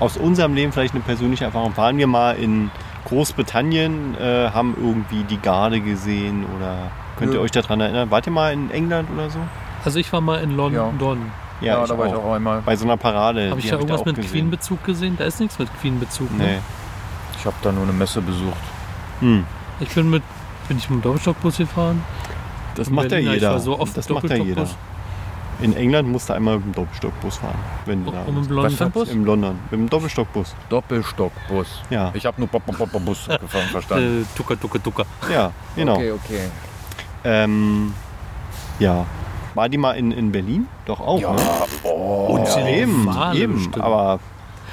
S1: aus unserem Leben vielleicht eine persönliche Erfahrung? Waren wir mal in Großbritannien, äh, haben irgendwie die Garde gesehen oder könnt ihr
S4: Nö.
S1: euch daran erinnern? Wart ihr mal in England oder so?
S3: Also ich war mal in London.
S1: Ja,
S4: da war ich auch einmal.
S1: Bei so einer Parade.
S3: Habe ich
S1: die
S3: da
S1: hab
S3: irgendwas
S1: auch
S3: mit
S1: gesehen.
S3: Queen-Bezug gesehen? Da ist nichts mit Queen-Bezug. Ne?
S1: Nee.
S4: Ich habe da nur eine Messe besucht.
S1: Hm.
S3: Ich bin mit, bin ich mit dem Doppelstockbus gefahren?
S1: Das
S3: In
S1: macht ja
S3: Berlin, ich
S1: jeder.
S3: war so oft
S1: das macht ja jeder.
S3: Doppelstockbus.
S1: In England musst du einmal mit dem Doppelstockbus fahren, wenn du da
S3: Um im
S1: bist.
S4: Was
S3: blonden
S4: für ein
S3: Bus?
S1: In London. Mit dem Doppelstockbus.
S4: Doppelstockbus.
S1: Ja.
S4: Ich habe nur Pop- Pop- Pop-
S2: *laughs*
S4: Pop- Bus gefahren, verstanden.
S3: Äh, tucker, tucker, tucker.
S1: Ja, genau.
S4: Okay, okay.
S1: Ähm, ja. War die mal in, in Berlin? Doch auch,
S4: Ja,
S1: ne?
S4: oh.
S1: Und
S3: ja.
S1: eben,
S3: Waren
S1: eben.
S3: bestimmt.
S1: Aber haben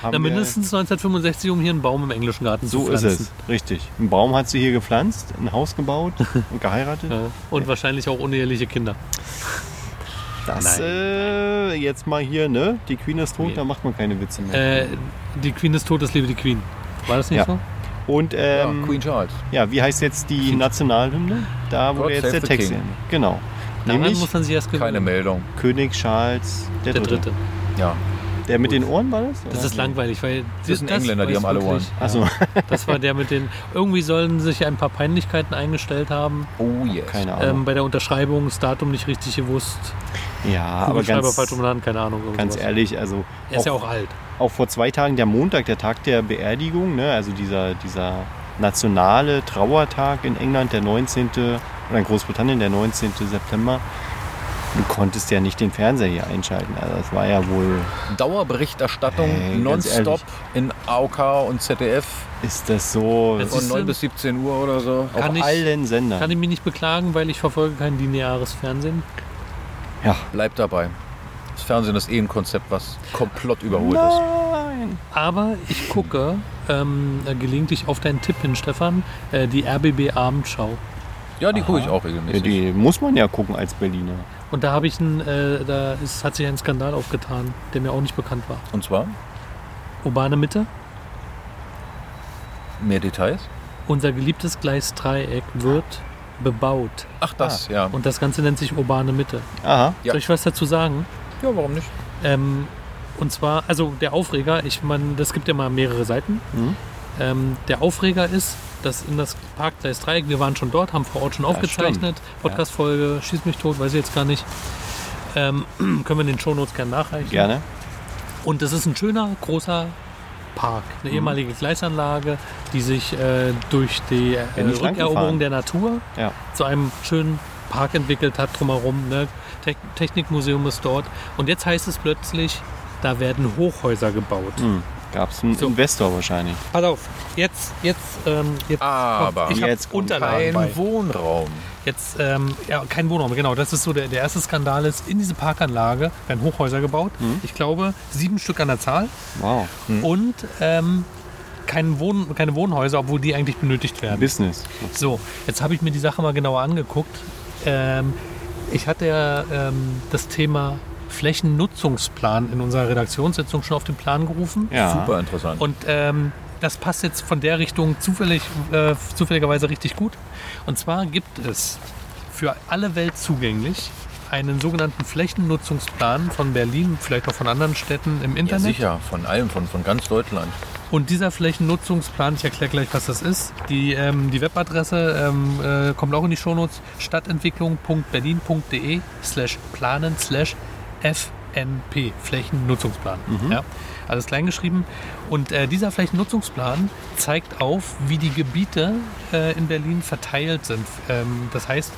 S3: Na,
S1: wir-
S3: mindestens 1965, um hier einen Baum im englischen Garten zu
S1: so ist
S3: pflanzen.
S1: es, richtig. Einen Baum hat sie hier gepflanzt, ein Haus
S3: *laughs*
S1: gebaut und geheiratet.
S3: Ja. Und wahrscheinlich auch uneheliche Kinder.
S1: Das
S3: Nein.
S1: äh, jetzt mal hier, ne? Die Queen ist tot,
S3: Nee.
S1: da macht man keine Witze mehr.
S3: Äh, die Queen ist tot, es lebe die Queen. War das nicht
S1: Ja.
S3: so?
S1: und ähm,
S4: ja,
S1: ja,
S4: Queen Charles.
S1: wie heißt jetzt die Nationalhymne? Da
S4: God
S1: wurde jetzt
S4: save
S1: der
S4: the
S1: Text
S4: King.
S1: hin. Genau.
S3: Daran
S1: Nämlich
S3: muss man sich erst
S4: Keine
S3: gewöhnen.
S4: Meldung.
S1: König Charles der,
S3: Der
S1: Dritte.
S3: dritte.
S4: Ja.
S1: Der mit den Ohren war das?
S3: Das ist langweilig, weil
S4: Das sind Engländer, die
S3: weiß
S4: haben alle
S3: wirklich-
S1: Also
S3: Das war der mit den. Irgendwie sollen sich ein paar Peinlichkeiten eingestellt haben.
S4: Oh yes.
S1: keine Ahnung.
S3: Ähm, bei der Unterschreibung das Datum nicht richtig gewusst.
S1: ja, aber
S3: Kugelschreiber
S1: ganz,
S3: falsch umladen, keine Ahnung. irgend
S1: ganz
S3: sowas.
S1: ehrlich, also
S3: Er ist ja auch alt.
S1: auch vor zwei Tagen, der Montag, der Tag der Beerdigung, ne? also dieser, dieser nationale Trauertag in England, der 19. oder in Großbritannien, der 19. September. Du konntest ja nicht den Fernseher hier einschalten. Also das war ja wohl,
S4: Dauerberichterstattung
S1: Ey, ganz
S4: nonstop in AOK und ZDF
S1: ist das so
S3: Jetzt-
S4: von
S3: Siehste?
S4: 9 bis 17 Uhr oder so.
S1: auf
S3: kann ich-
S1: allen
S3: Kann
S1: Sendern.
S3: ich mich nicht beklagen, weil ich verfolge kein lineares Fernsehen.
S1: Ja.
S4: Bleib dabei. Das Fernsehen ist eh ein Konzept, was komplett überholt ist.
S1: Nein.
S3: Aber ich gucke ähm, gelegentlich auf deinen Tipp hin, Stefan, äh, die RBB Abendschau.
S4: Ja, die gucke ich auch
S1: Ja,
S4: regelmäßig.
S1: die muss man ja gucken als Berliner.
S3: Und da habe ich einen, äh, da ist, hat sich ein Skandal aufgetan, der mir auch nicht bekannt war.
S4: Und zwar
S3: Urbane Mitte,
S4: mehr Details.
S3: unser geliebtes Gleisdreieck wird bebaut.
S4: Ach, das, ja.
S3: Und das Ganze nennt sich urbane Mitte.
S1: Aha.
S4: Ja.
S3: Soll ich was dazu sagen?
S4: Ja, warum nicht?
S3: Ähm, und zwar, also der Aufreger, ich meine, das gibt ja mal mehrere Seiten.
S1: Mhm.
S3: Ähm, der Aufreger ist, dass in das Parkgleis Dreieck, wir waren schon dort, haben vor Ort schon aufgezeichnet, Podcast-Folge, schieß mich tot, weiß ich jetzt gar nicht. Ähm, *clears throat* können wir in den Shownotes gerne nachreichen.
S1: Gerne.
S3: Und das ist ein schöner, großer Park. Eine ehemalige Gleisanlage, die sich äh, durch die äh,
S1: Bin ich lang gefahren.
S3: Rückeroberung der Natur
S1: Ja.
S3: zu einem schönen Park entwickelt hat drumherum. Ne? Te Technikmuseum ist dort. Und jetzt heißt es plötzlich, da werden Hochhäuser gebaut.
S1: Hm. Gab es einen
S3: So.
S1: Investor wahrscheinlich.
S3: Pass auf, jetzt, jetzt, ähm, jetzt.
S4: Aber
S3: ich
S1: jetzt
S3: jetzt
S1: kommt
S3: Unterlagen
S4: Kein
S3: bei.
S4: Wohnraum.
S3: Jetzt, ähm, ja, kein Wohnraum, genau. Das ist so der, der erste Skandal ist, in diese Parkanlage werden Hochhäuser gebaut. Ich glaube, sieben Stück an der Zahl.
S1: Wow.
S4: Hm.
S3: und ähm, kein Wohn keine Wohnhäuser, obwohl die eigentlich benötigt werden.
S1: Business.
S3: So, jetzt habe ich mir die Sache mal genauer angeguckt. Ähm, ich hatte ja ähm, das Thema Flächennutzungsplan in unserer Redaktionssitzung schon auf den Plan gerufen.
S1: Ja.
S4: Super interessant.
S3: Und ähm, das passt jetzt von der Richtung zufällig, äh, zufälligerweise richtig gut. Und zwar gibt es für alle Welt zugänglich einen sogenannten Flächennutzungsplan von Berlin, vielleicht auch von anderen Städten im
S4: Ja,
S3: Internet.
S4: sicher, von allem, von, von ganz Deutschland.
S3: Und dieser Flächennutzungsplan, ich erkläre gleich, was das ist. Die, ähm, die Webadresse ähm, äh, kommt auch in die Shownotes. Stadtentwicklung.berlin.de slash planen slash FNP, Flächennutzungsplan. Ja, alles klein geschrieben. Und äh, dieser Flächennutzungsplan zeigt auf, wie die Gebiete äh, in Berlin verteilt sind. Ähm, das heißt,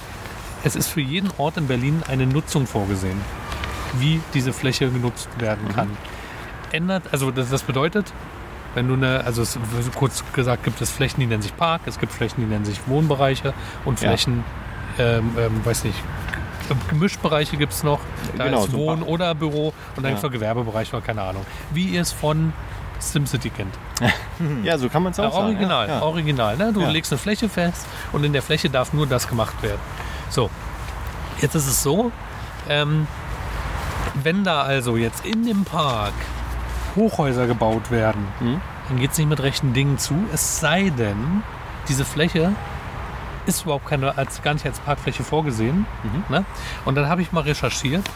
S3: es ist für jeden Ort in Berlin eine Nutzung vorgesehen, wie diese Fläche genutzt werden
S1: Mhm.
S3: kann. Ändert, also das, das bedeutet, wenn du eine, also es, kurz gesagt gibt es Flächen, die nennen sich Park, es gibt Flächen, die nennen sich Wohnbereiche und
S1: Ja.
S3: Flächen, ähm, ähm, weiß nicht, Gemischbereiche gibt es noch, da
S1: Genau,
S3: ist
S1: so ein
S3: Wohn-
S1: paar-
S3: oder Büro und dann
S1: Ja.
S3: gibt es noch Gewerbebereich oder keine Ahnung. Wie ihr es von SimCity kennt.
S1: Ja, so kann man es auch
S3: Ja,
S1: sagen.
S3: original,
S1: Ja, ja.
S3: original. Ne? Du
S1: Ja.
S3: legst eine Fläche fest und in der Fläche darf nur das gemacht werden. So, jetzt ist es so, ähm, wenn da also jetzt in dem Park Hochhäuser gebaut werden,
S1: Mhm.
S3: dann geht es nicht mit rechten Dingen zu, es sei denn, diese Fläche ist überhaupt keine, als, gar nicht als Parkfläche vorgesehen.
S1: Mhm.
S3: Ne? Und dann habe ich mal recherchiert.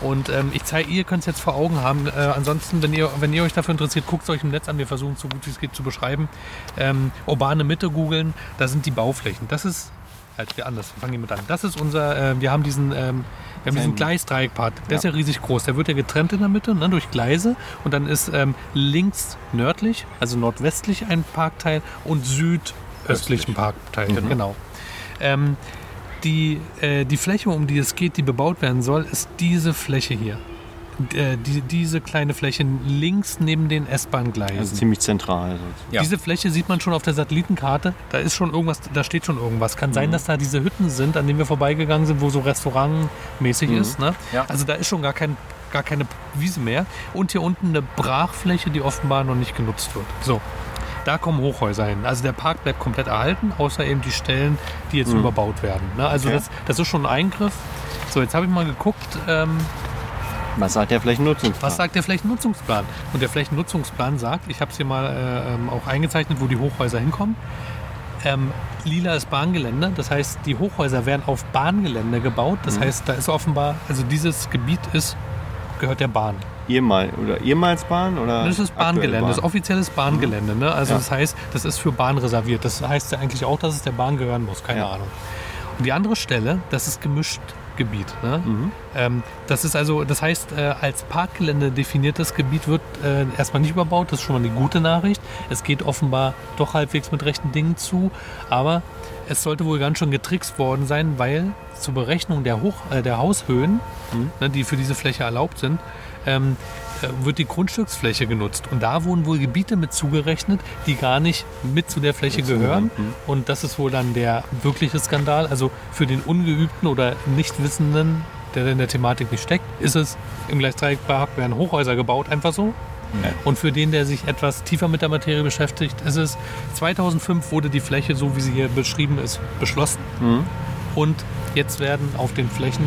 S3: Und ähm, ich zeige, ihr könnt es jetzt vor Augen haben. Äh, ansonsten, wenn ihr, wenn ihr euch dafür interessiert, guckt es euch im Netz an. Wir versuchen es so gut wie es geht zu beschreiben. Ähm, urbane Mitte googeln, da sind die Bauflächen. Das ist, halt wir anders, wir fangen hier mit an. Das ist unser, äh, wir haben diesen, ähm, wir haben diesen
S1: ein-
S3: Gleisdreieckpart. Der ist ja riesig groß. Der wird ja getrennt in der Mitte ne, durch Gleise. Und dann ist ähm, links nördlich, also nordwestlich ein Parkteil und südöstlich ein Parkteil. Genau. Ähm, die, äh, die Fläche, um die es geht, die bebaut werden soll, ist diese Fläche hier. D- Äh, die, diese kleine Fläche links neben den S-Bahn-Gleisen.
S1: Also ziemlich zentral. sozusagen.
S4: Ja.
S3: Diese Fläche sieht man schon auf der Satellitenkarte. Da ist schon irgendwas, da steht schon irgendwas. Kann
S4: Mhm.
S3: sein, dass da diese Hütten sind, an denen wir vorbeigegangen sind, wo so restaurantmäßig ist. Ne?
S4: Mhm. Ja.
S3: Also da ist schon gar, kein, gar keine Wiese mehr. Und hier unten eine Brachfläche, die offenbar noch nicht genutzt wird. So, da kommen Hochhäuser hin. Also der Park bleibt komplett erhalten, außer eben die Stellen, die jetzt
S4: Mhm.
S3: überbaut werden. Ne? Also
S1: Okay.
S3: das, das ist schon ein Eingriff. So, jetzt habe ich mal geguckt, ähm,
S1: Was sagt der Flächennutzungsplan?
S3: was sagt der Flächennutzungsplan? Und der Flächennutzungsplan sagt, ich habe es hier mal äh, ähm, auch eingezeichnet, wo die Hochhäuser hinkommen. Ähm, lila ist Bahngelände, das heißt, die Hochhäuser werden auf Bahngelände gebaut. Das heißt, da ist offenbar, also dieses Gebiet ist, gehört der Bahn.
S1: Ehemal oder ehemals Bahn oder?
S3: Das ist
S1: aktuell
S3: Bahngelände, das ist
S1: Bahn? Mhm.
S3: offizielles Bahngelände. Ne? Also
S1: Ja.
S3: das heißt, das ist für Bahn reserviert. Das heißt ja eigentlich auch, dass es der Bahn gehören muss, keine
S1: Ja.
S3: Ahnung. Und die andere Stelle, das ist gemischt Gebiet. Ne?
S1: Mhm.
S3: Ähm, das ist also, das heißt, äh, als Parkgelände definiertes Gebiet wird äh, erstmal nicht überbaut. Das ist schon mal eine gute Nachricht. Es geht offenbar doch halbwegs mit rechten Dingen zu, aber es sollte wohl ganz schön getrickst worden sein, weil zur Berechnung der, Hoch äh, der Haushöhen, ne, die für diese Fläche erlaubt sind, ähm, äh, wird die Grundstücksfläche genutzt. Und da wurden wohl Gebiete mit zugerechnet, die gar nicht mit zu der Fläche gehören. Und das ist wohl dann der wirkliche Skandal. Also für den Ungeübten oder Nichtwissenden, der in der Thematik nicht steckt, ist es im Gleisdreieckpark werden Hochhäuser gebaut, einfach so. Und für den, der sich etwas tiefer mit der Materie beschäftigt, ist es 2005 wurde die Fläche, so wie sie hier beschrieben ist, beschlossen.
S1: Mhm.
S3: Und jetzt werden auf den Flächen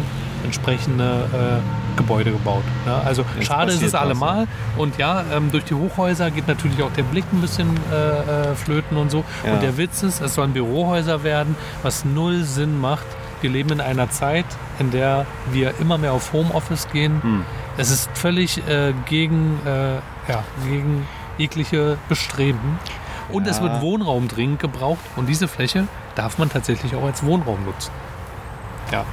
S3: entsprechende äh, Gebäude gebaut. Ne? Also
S1: Jetzt
S3: schade ist
S1: passiert
S3: es
S1: was,
S3: allemal. Und ja, ähm, durch die Hochhäuser geht natürlich auch der Blick ein bisschen äh, äh, flöten und so.
S1: Ja.
S3: Und der Witz ist, es sollen Bürohäuser werden, was null Sinn macht. Wir leben in einer Zeit, in der wir immer mehr auf Homeoffice gehen.
S1: Mhm.
S3: Es ist völlig äh, gegen, äh, ja, gegen jegliche Bestreben. Und es
S1: Ja.
S3: wird Wohnraum dringend gebraucht. Und diese Fläche darf man tatsächlich auch als Wohnraum nutzen. Ja.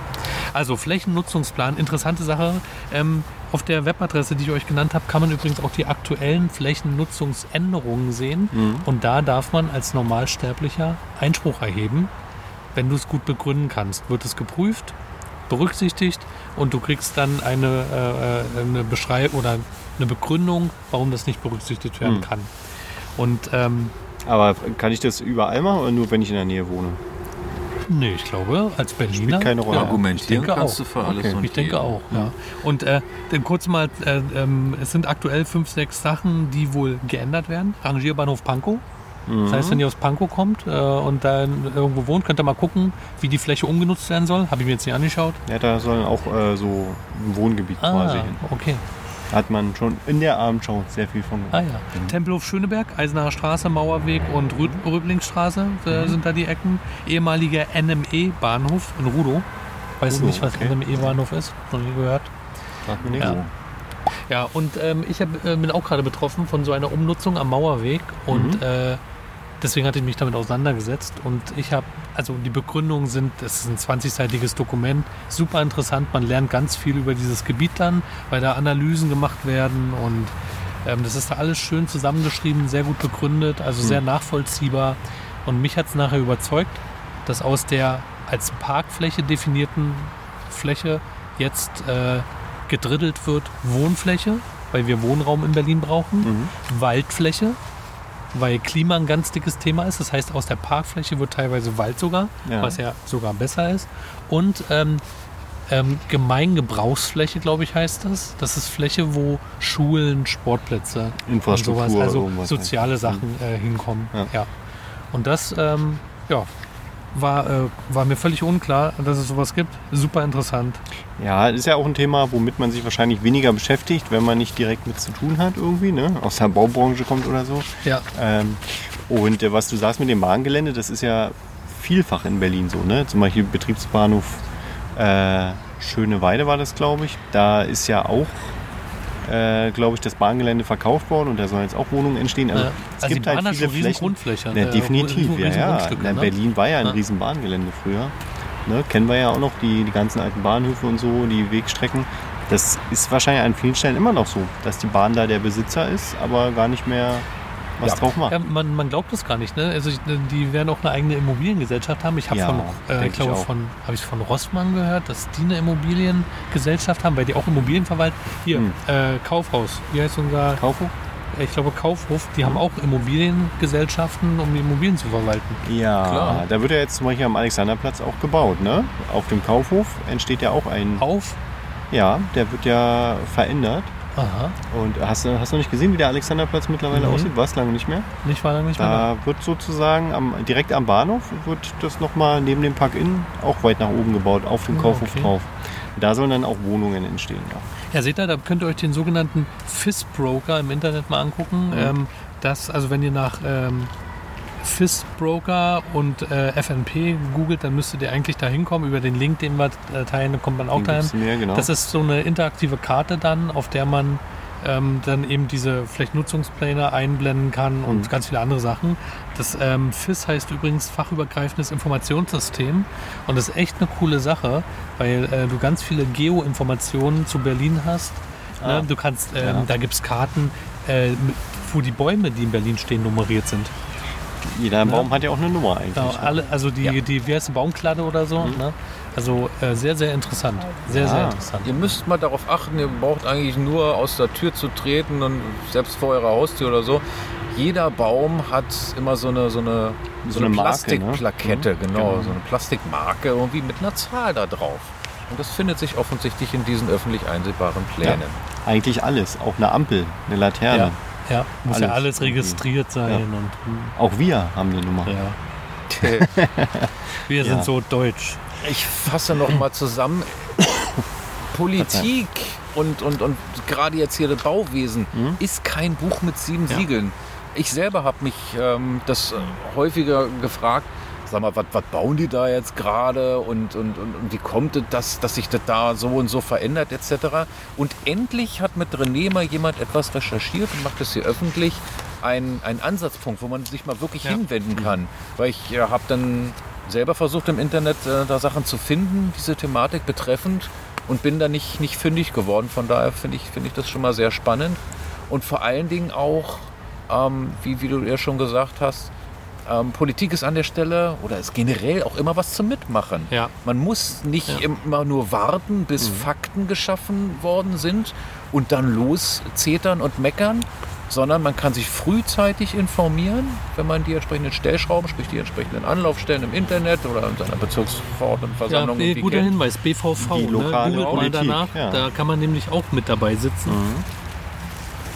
S3: Also Flächennutzungsplan, interessante Sache. Ähm, auf der Webadresse, die ich euch genannt habe, kann man übrigens auch die aktuellen Flächennutzungsänderungen sehen. Und da darf man als Normalsterblicher Einspruch erheben. Wenn du es gut begründen kannst, wird es geprüft, berücksichtigt und du kriegst dann eine, äh, äh, eine Beschreibung oder eine Begründung, warum das nicht berücksichtigt werden
S1: Mhm.
S3: kann. Und ähm,
S1: Aber kann ich das überall machen oder nur wenn ich in der Nähe wohne?
S3: nee, ich glaube, als Berliner
S1: keine Rolle.
S3: ich
S4: Argumentieren
S3: denke
S4: kannst
S3: auch.
S4: du für alles
S1: Okay.
S4: und
S3: Ich denke
S4: jeden.
S3: auch, ja. Und äh, dann kurz mal, äh, ähm, es sind aktuell fünf, sechs Sachen, die wohl geändert werden. Rangierbahnhof Pankow. Das heißt,
S1: Mhm.
S3: wenn ihr aus Pankow kommt äh, und dann irgendwo wohnt, könnt ihr mal gucken, wie die Fläche umgenutzt werden soll. Habe ich mir jetzt nicht angeschaut.
S1: Ja, da sollen auch äh, so ein Wohngebiet
S3: Ah.
S1: quasi hin.
S3: okay.
S1: Hat man schon in der Abendschau sehr viel von
S3: Ah
S1: gehört.
S3: ja. Tempelhof Schöneberg, Eisenacher Straße, Mauerweg und Rü Mhm. Rüblingsstraße äh, sind da die Ecken. Ehemaliger NME-Bahnhof in Rudow. Weißt du
S1: Udo,
S3: nicht, was
S1: okay.
S3: hinter dem E-Bahnhof ist? Noch nie gehört.
S1: Sagt mir nichts.
S3: Ah, Ja. Ja, und ähm, ich hab, äh, bin auch gerade betroffen von so einer Umnutzung am Mauerweg und äh, deswegen hatte ich mich damit auseinandergesetzt und ich habe, also die Begründungen sind, es ist ein 20-seitiges Dokument, super interessant, man lernt ganz viel über dieses Gebiet dann, weil da Analysen gemacht werden und ähm, das ist da alles schön zusammengeschrieben, sehr gut begründet, also sehr nachvollziehbar und mich hat es nachher überzeugt, dass aus der als Parkfläche definierten Fläche jetzt äh, gedrittelt wird Wohnfläche, weil wir Wohnraum in Berlin brauchen, Waldfläche, weil Klima ein ganz dickes Thema ist. Das heißt, aus der Parkfläche wird teilweise Wald sogar,
S1: Ja.
S3: was ja sogar besser ist. Und ähm, ähm, Gemeingebrauchsfläche, glaube ich, heißt das. Das ist Fläche, wo Schulen, Sportplätze
S1: Infrastruktur,
S3: und sowas, also
S1: irgendwas,
S3: soziale Sachen äh, hinkommen.
S1: Ja.
S3: Ja. Und das ähm, ja, war, äh, war mir völlig unklar, dass es sowas gibt. Super interessant.
S1: Ja, ist ja auch ein Thema, womit man sich wahrscheinlich weniger beschäftigt, wenn man nicht direkt mit zu tun hat irgendwie, ne? aus der Baubranche kommt oder so.
S3: Ja,
S1: Ähm, und äh, was du sagst mit dem Bahngelände, das ist ja vielfach in Berlin so, ne? Zum Beispiel Betriebsbahnhof äh, Schöne Weide war das, glaube ich. Da ist ja auch, äh, glaube ich, das Bahngelände verkauft worden und da sollen jetzt auch Wohnungen entstehen. Also,
S3: Ja.
S1: es
S3: Also die
S1: gibt
S3: Bahn
S1: halt
S3: hat
S1: viele
S3: schon riesen
S1: Flächen.
S3: Grundflächen,
S1: Ja,
S3: äh,
S1: Ne, definitiv,
S3: riesen-
S1: ja,
S3: riesen
S1: ja.
S3: Grundstücke,
S1: Na,
S3: ne?
S1: Berlin war ja ein
S3: Ja.
S1: riesen Bahngelände früher. Ne? Kennen wir ja auch noch die, die ganzen alten Bahnhöfe und so, die Wegstrecken. Das ist wahrscheinlich an vielen Stellen immer noch so, dass die Bahn da der Besitzer ist, aber gar nicht mehr was
S4: Ja.
S1: drauf macht.
S3: ja man, man glaubt das gar nicht. Ne? Also ich, die werden auch eine eigene Immobiliengesellschaft haben. Ich habe
S1: Ja,
S3: von,
S1: denke
S3: äh,
S1: ich
S3: ich glaube
S1: auch.
S3: von, habe ich von Rossmann gehört, dass die eine Immobiliengesellschaft haben, weil die auch Immobilien verwalten. Hier,
S1: Hm.
S3: äh, Kaufhaus, wie heißt unser,
S1: Kaufhof?
S3: ich glaube Kaufhof, die haben
S1: Hm.
S3: auch Immobiliengesellschaften, um die Immobilien zu verwalten.
S1: Ja,
S4: Klar.
S1: da wird ja jetzt zum Beispiel am Alexanderplatz auch gebaut, ne? Auf dem Kaufhof entsteht ja auch ein.
S3: Auf,
S1: Ja, der wird ja verändert.
S3: aha,
S1: Und hast du hast du nicht gesehen, wie der Alexanderplatz mittlerweile
S3: Nee.
S1: aussieht? War es lange nicht mehr.
S3: nicht war lange nicht mehr da.
S1: Da wird sozusagen am, direkt am Bahnhof wird das nochmal neben dem Park-In auch weit nach oben gebaut, auf dem
S3: Ah,
S1: Kaufhof
S3: okay.
S1: drauf. Da sollen dann auch Wohnungen entstehen. Ja.
S3: Ja, seht ihr, da könnt ihr euch den sogenannten FIS-Broker im Internet mal angucken.
S1: Mhm.
S3: Ähm, das, also wenn ihr nach ähm, FIS-Broker und äh, FNP googelt, dann müsstet ihr eigentlich da hinkommen. Über den Link, den wir äh, teilen, dann kommt man auch
S1: Den
S3: dahin.
S1: gibt's mehr, genau.
S3: Das ist so eine interaktive Karte dann, auf der man ähm, dann eben diese vielleicht Nutzungspläne einblenden kann und
S1: Mhm.
S3: ganz viele andere Sachen. Das ähm, FIS heißt übrigens fachübergreifendes Informationssystem und das ist echt eine coole Sache, weil äh, du ganz viele Geo-Informationen zu Berlin hast.
S1: Ah.
S3: Ne? Du kannst, ähm,
S1: Ja.
S3: da gibt es Karten, äh, mit- wo die Bäume, die in Berlin stehen, nummeriert sind.
S1: Jeder Baum hat ja Mhm. auch eine Nummer eigentlich. ne?
S3: Genau, alle, also die, die, wie heißt die Baumkladde oder so. Ne? Also äh, sehr, sehr interessant. Sehr,
S1: Ah.
S3: sehr interessant.
S4: Ihr müsst mal darauf achten, ihr braucht eigentlich nur aus der Tür zu treten und selbst vor eurer Haustür oder so. Jeder Baum hat immer so eine, so eine,
S1: So eine Marke, ne?
S4: Plastikplakette, genau, so eine Plastikmarke irgendwie mit einer Zahl da drauf. Und das findet sich offensichtlich in diesen öffentlich einsehbaren Plänen.
S1: Eigentlich alles. Auch eine Ampel, eine Laterne.
S3: Ja, ja muss ja
S1: Alles
S3: alles registriert sein.
S1: Auch wir haben eine Nummer.
S3: Und, ja. *laughs* Wir sind so deutsch.
S4: Ich fasse noch mal zusammen. Politik und, und, und gerade jetzt hier das Bauwesen ist kein Buch mit sieben Siegeln. Ich selber habe mich ähm, das äh, häufiger gefragt, sag mal, was was bauen die da jetzt gerade und, und, und, und wie kommt es, dass, dass sich das da so und so verändert etc. Und endlich hat mit René mal jemand etwas recherchiert und macht das hier öffentlich. Ein, ein Ansatzpunkt, wo man sich mal wirklich hinwenden kann. Weil ich äh, habe dann selber versucht im Internet äh, da Sachen zu finden, diese Thematik betreffend und bin da nicht, nicht fündig geworden. Von daher finde ich, finde ich das schon mal sehr spannend. Und vor allen Dingen auch, ähm, wie, wie du ja schon gesagt hast, ähm, Politik ist an der Stelle oder ist generell auch immer was zum Mitmachen.
S3: Ja. Mhm.
S4: Man muss nicht immer nur warten, bis Fakten geschaffen worden sind und dann loszetern und meckern, sondern man kann sich frühzeitig informieren, wenn man die entsprechenden Stellschrauben, sprich die entsprechenden Anlaufstellen im Internet oder in seiner
S3: Ja,
S4: Bezirksverordnetenversammlung
S3: nee,
S4: irgendwie
S3: guter
S4: kennt.
S3: Hinweis, BVV.
S1: Die lokale
S3: ne? Googelt
S1: Politik,
S3: mal danach,
S1: ja.
S3: da kann man nämlich auch mit dabei sitzen.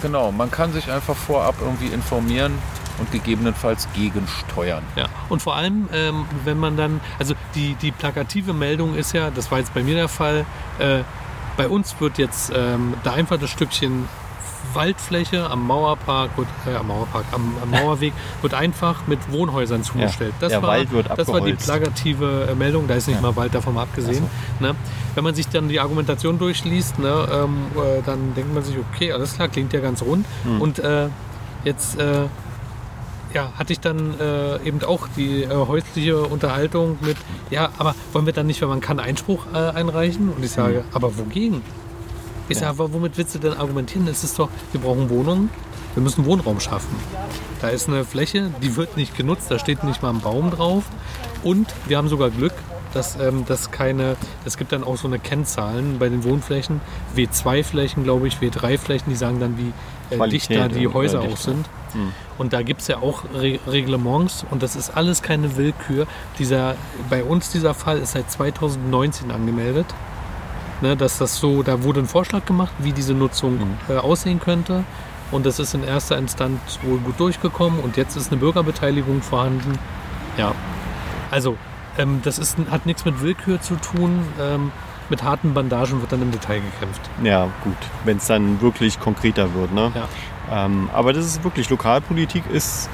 S4: Genau, man kann sich einfach vorab irgendwie informieren und gegebenenfalls gegensteuern.
S3: Ja. Und vor allem, ähm, wenn man dann, also die, die plakative Meldung ist ja, das war jetzt bei mir der Fall, äh, bei uns wird jetzt ähm, da einfach das Stückchen Waldfläche am Mauerpark, wird, äh, am Mauerpark, am,
S1: *laughs*
S3: am Mauerweg wird einfach mit Wohnhäusern zugestellt.
S1: Der Wald wird
S3: das war die
S1: abgeholzt.
S3: plagative äh, Meldung, da ist nicht mal Wald davon mal abgesehen. Ne? Wenn man sich dann die Argumentation durchliest, ne, ähm, äh, dann denkt man sich, okay, alles klar, klingt ja ganz rund.
S1: Hm.
S3: Und äh, jetzt äh, ja, hatte ich dann äh, eben auch die äh, häusliche Unterhaltung mit, ja, aber wollen wir dann nicht, wenn man kann, Einspruch äh, einreichen? Und ich sage, aber wogegen? Ich sage, aber womit willst du denn argumentieren? Es ist doch, wir brauchen Wohnungen, wir müssen Wohnraum schaffen. Da ist eine Fläche, die wird nicht genutzt, da steht nicht mal ein Baum drauf. Und wir haben sogar Glück, dass ähm, das keine, es gibt dann auch so eine Kennzahlen bei den Wohnflächen, W2-Flächen, glaube ich, W3-Flächen, die sagen dann, wie äh,
S1: Qualität
S3: dichter die
S1: oder Hm.
S3: Häuser auch
S1: dichter.
S3: sind. Und da gibt es ja auch Re Reglements und das ist alles keine Willkür. Dieser, bei uns dieser Fall ist seit 2019 angemeldet. Ne, dass das so, da wurde ein Vorschlag gemacht, wie diese Nutzung
S1: Mhm.
S3: äh, aussehen könnte. Und das ist in erster Instanz wohl gut durchgekommen und jetzt ist eine Bürgerbeteiligung vorhanden. Ja, also ähm, das ist, hat nichts mit Willkür zu tun. Ähm, mit harten Bandagen wird dann im Detail gekämpft.
S1: Ja, gut, wenn es dann wirklich konkreter wird. Ne?
S3: Ja.
S1: Ähm, aber das ist wirklich, Lokalpolitik ist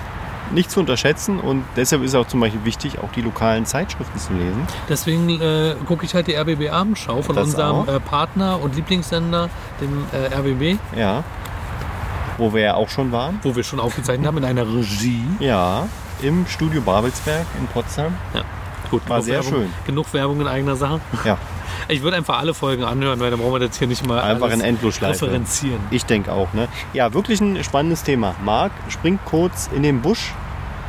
S1: nicht zu unterschätzen und deshalb ist auch zum Beispiel wichtig, auch die lokalen Zeitschriften zu lesen.
S3: Deswegen äh, gucke ich halt die RBB Abendschau von
S1: Das
S3: unserem
S1: auch.
S3: äh, Partner und Lieblingssender, dem äh, RBB,
S1: Ja. Wo wir ja auch schon waren.
S3: wo wir schon aufgezeichnet haben in einer Regie.
S1: Ja, im Studio Babelsberg in Potsdam.
S3: Gut,
S1: War
S3: genug
S1: sehr
S3: Werbung,
S1: schön.
S3: Genug Werbung in eigener Sache.
S1: Ja,
S3: Ich würde einfach alle Folgen anhören, weil dann brauchen wir das hier nicht mal
S1: einfach in
S3: alles
S1: Endlosschleife.
S3: referenzieren.
S1: Ich denke auch, ne? Ja, wirklich ein spannendes Thema. Marc springt kurz in den Busch.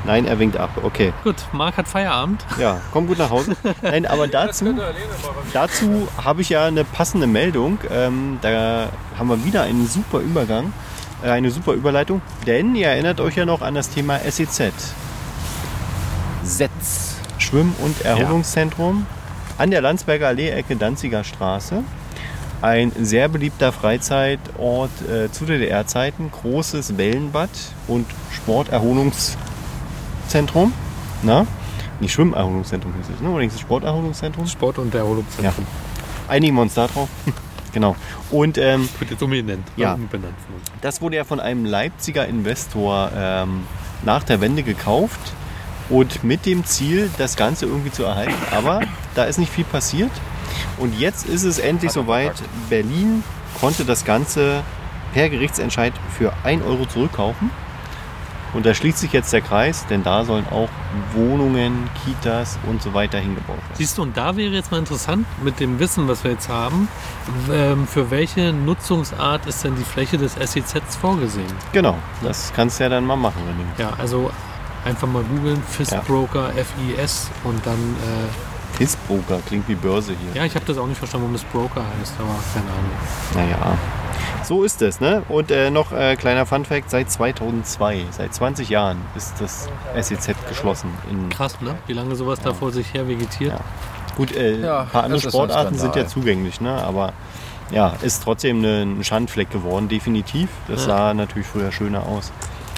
S1: Nein, er winkt ab. Okay.
S3: Gut, Marc hat Feierabend.
S1: Ja, komm gut nach Hause. Nein, aber dazu, dazu habe ich ja eine passende Meldung. Ähm, da haben wir wieder einen super Übergang, äh, eine super Überleitung. Denn ihr erinnert euch ja noch an das Thema E SEZ,
S4: Setz.
S1: Schwimm- und Erholungszentrum an der Landsberger Allee, Ecke Danziger Straße. Ein sehr beliebter Freizeitort äh, zu DDR-Zeiten. Großes Wellenbad und Sporterholungszentrum. Na? Nicht Schwimmerholungszentrum ist es, ne? Oder ist es Sporterholungszentrum?
S3: Sport und der
S1: Ja.
S3: Erholungszentrum.
S1: Einigen wir uns da drauf. *laughs* genau. Und ähm,
S3: Wird jetzt umbenannt.
S1: Ja.
S3: umbenannt.
S1: das wurde ja von einem Leipziger Investor ähm, nach der Wende gekauft und mit dem Ziel, das Ganze irgendwie zu erhalten. Aber da ist nicht viel passiert. Und jetzt ist es endlich soweit. Berlin konnte das Ganze per Gerichtsentscheid für 1 Euro zurückkaufen. Und da schließt sich jetzt der Kreis, denn da sollen auch Wohnungen, Kitas und so weiter hingebaut werden.
S3: Siehst du, und da wäre jetzt mal interessant, mit dem Wissen, was wir jetzt haben, ähm, für welche Nutzungsart ist denn die Fläche des SEZs vorgesehen?
S1: Genau, das kannst du ja dann mal machen, wenn du
S3: Ja, also einfach mal googeln, Fistbroker, FIS und dann,
S1: Pissbroker klingt wie Börse hier.
S3: äh, ja, ich habe das auch nicht verstanden, warum das Broker heißt, aber keine Ahnung.
S1: Naja. So ist es, ne? Und äh, noch äh, kleiner Funfact, seit 2002, seit 20 Jahren ist das SEZ geschlossen. In,
S3: Krass, ne? Wie lange sowas da vor sich her vegetiert.
S1: Ja. gut, äh,
S4: Ja,
S1: ein paar andere
S4: es ist ein
S1: Sportarten sind ja
S4: Skandal.
S1: zugänglich, ne? Aber ja, ist trotzdem ne- ein Schandfleck geworden, definitiv. Das sah natürlich früher schöner aus.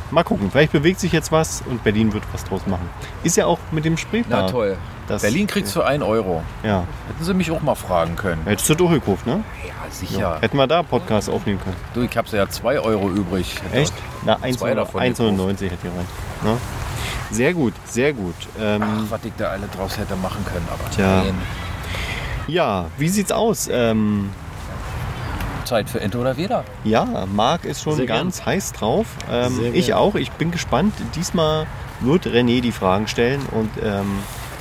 S1: Mal gucken, vielleicht bewegt sich jetzt was und Berlin wird was draus machen. Ist ja auch mit dem Spreepark.
S4: Na toll.
S1: Das-
S4: Berlin kriegt's für 1 Euro.
S1: Ja,
S4: Hätten Sie mich auch mal fragen können.
S1: hättest du durchgekauft, ne?
S4: Ja,
S1: Ja.
S4: sicher.
S1: Hätten wir da Podcast aufnehmen können.
S4: Du, ich hab's ja 2 Euro übrig.
S1: Echt? Na, 1,99
S4: Zwei davon
S1: hätte ich rein. Ne? Sehr gut, sehr gut. Ähm,
S4: Ach, was ich da alle draus hätte machen können, aber
S1: Tja.
S4: nein.
S1: ja, wie sieht's aus? Ähm,
S4: Zeit für Ente oder Weder.
S1: ja, Marc ist schon
S3: Sehr gern.
S1: ganz heiß drauf. Ähm,
S3: Sehr
S1: ich
S3: gern.
S1: auch. Ich bin gespannt. Diesmal wird René die Fragen stellen und ähm,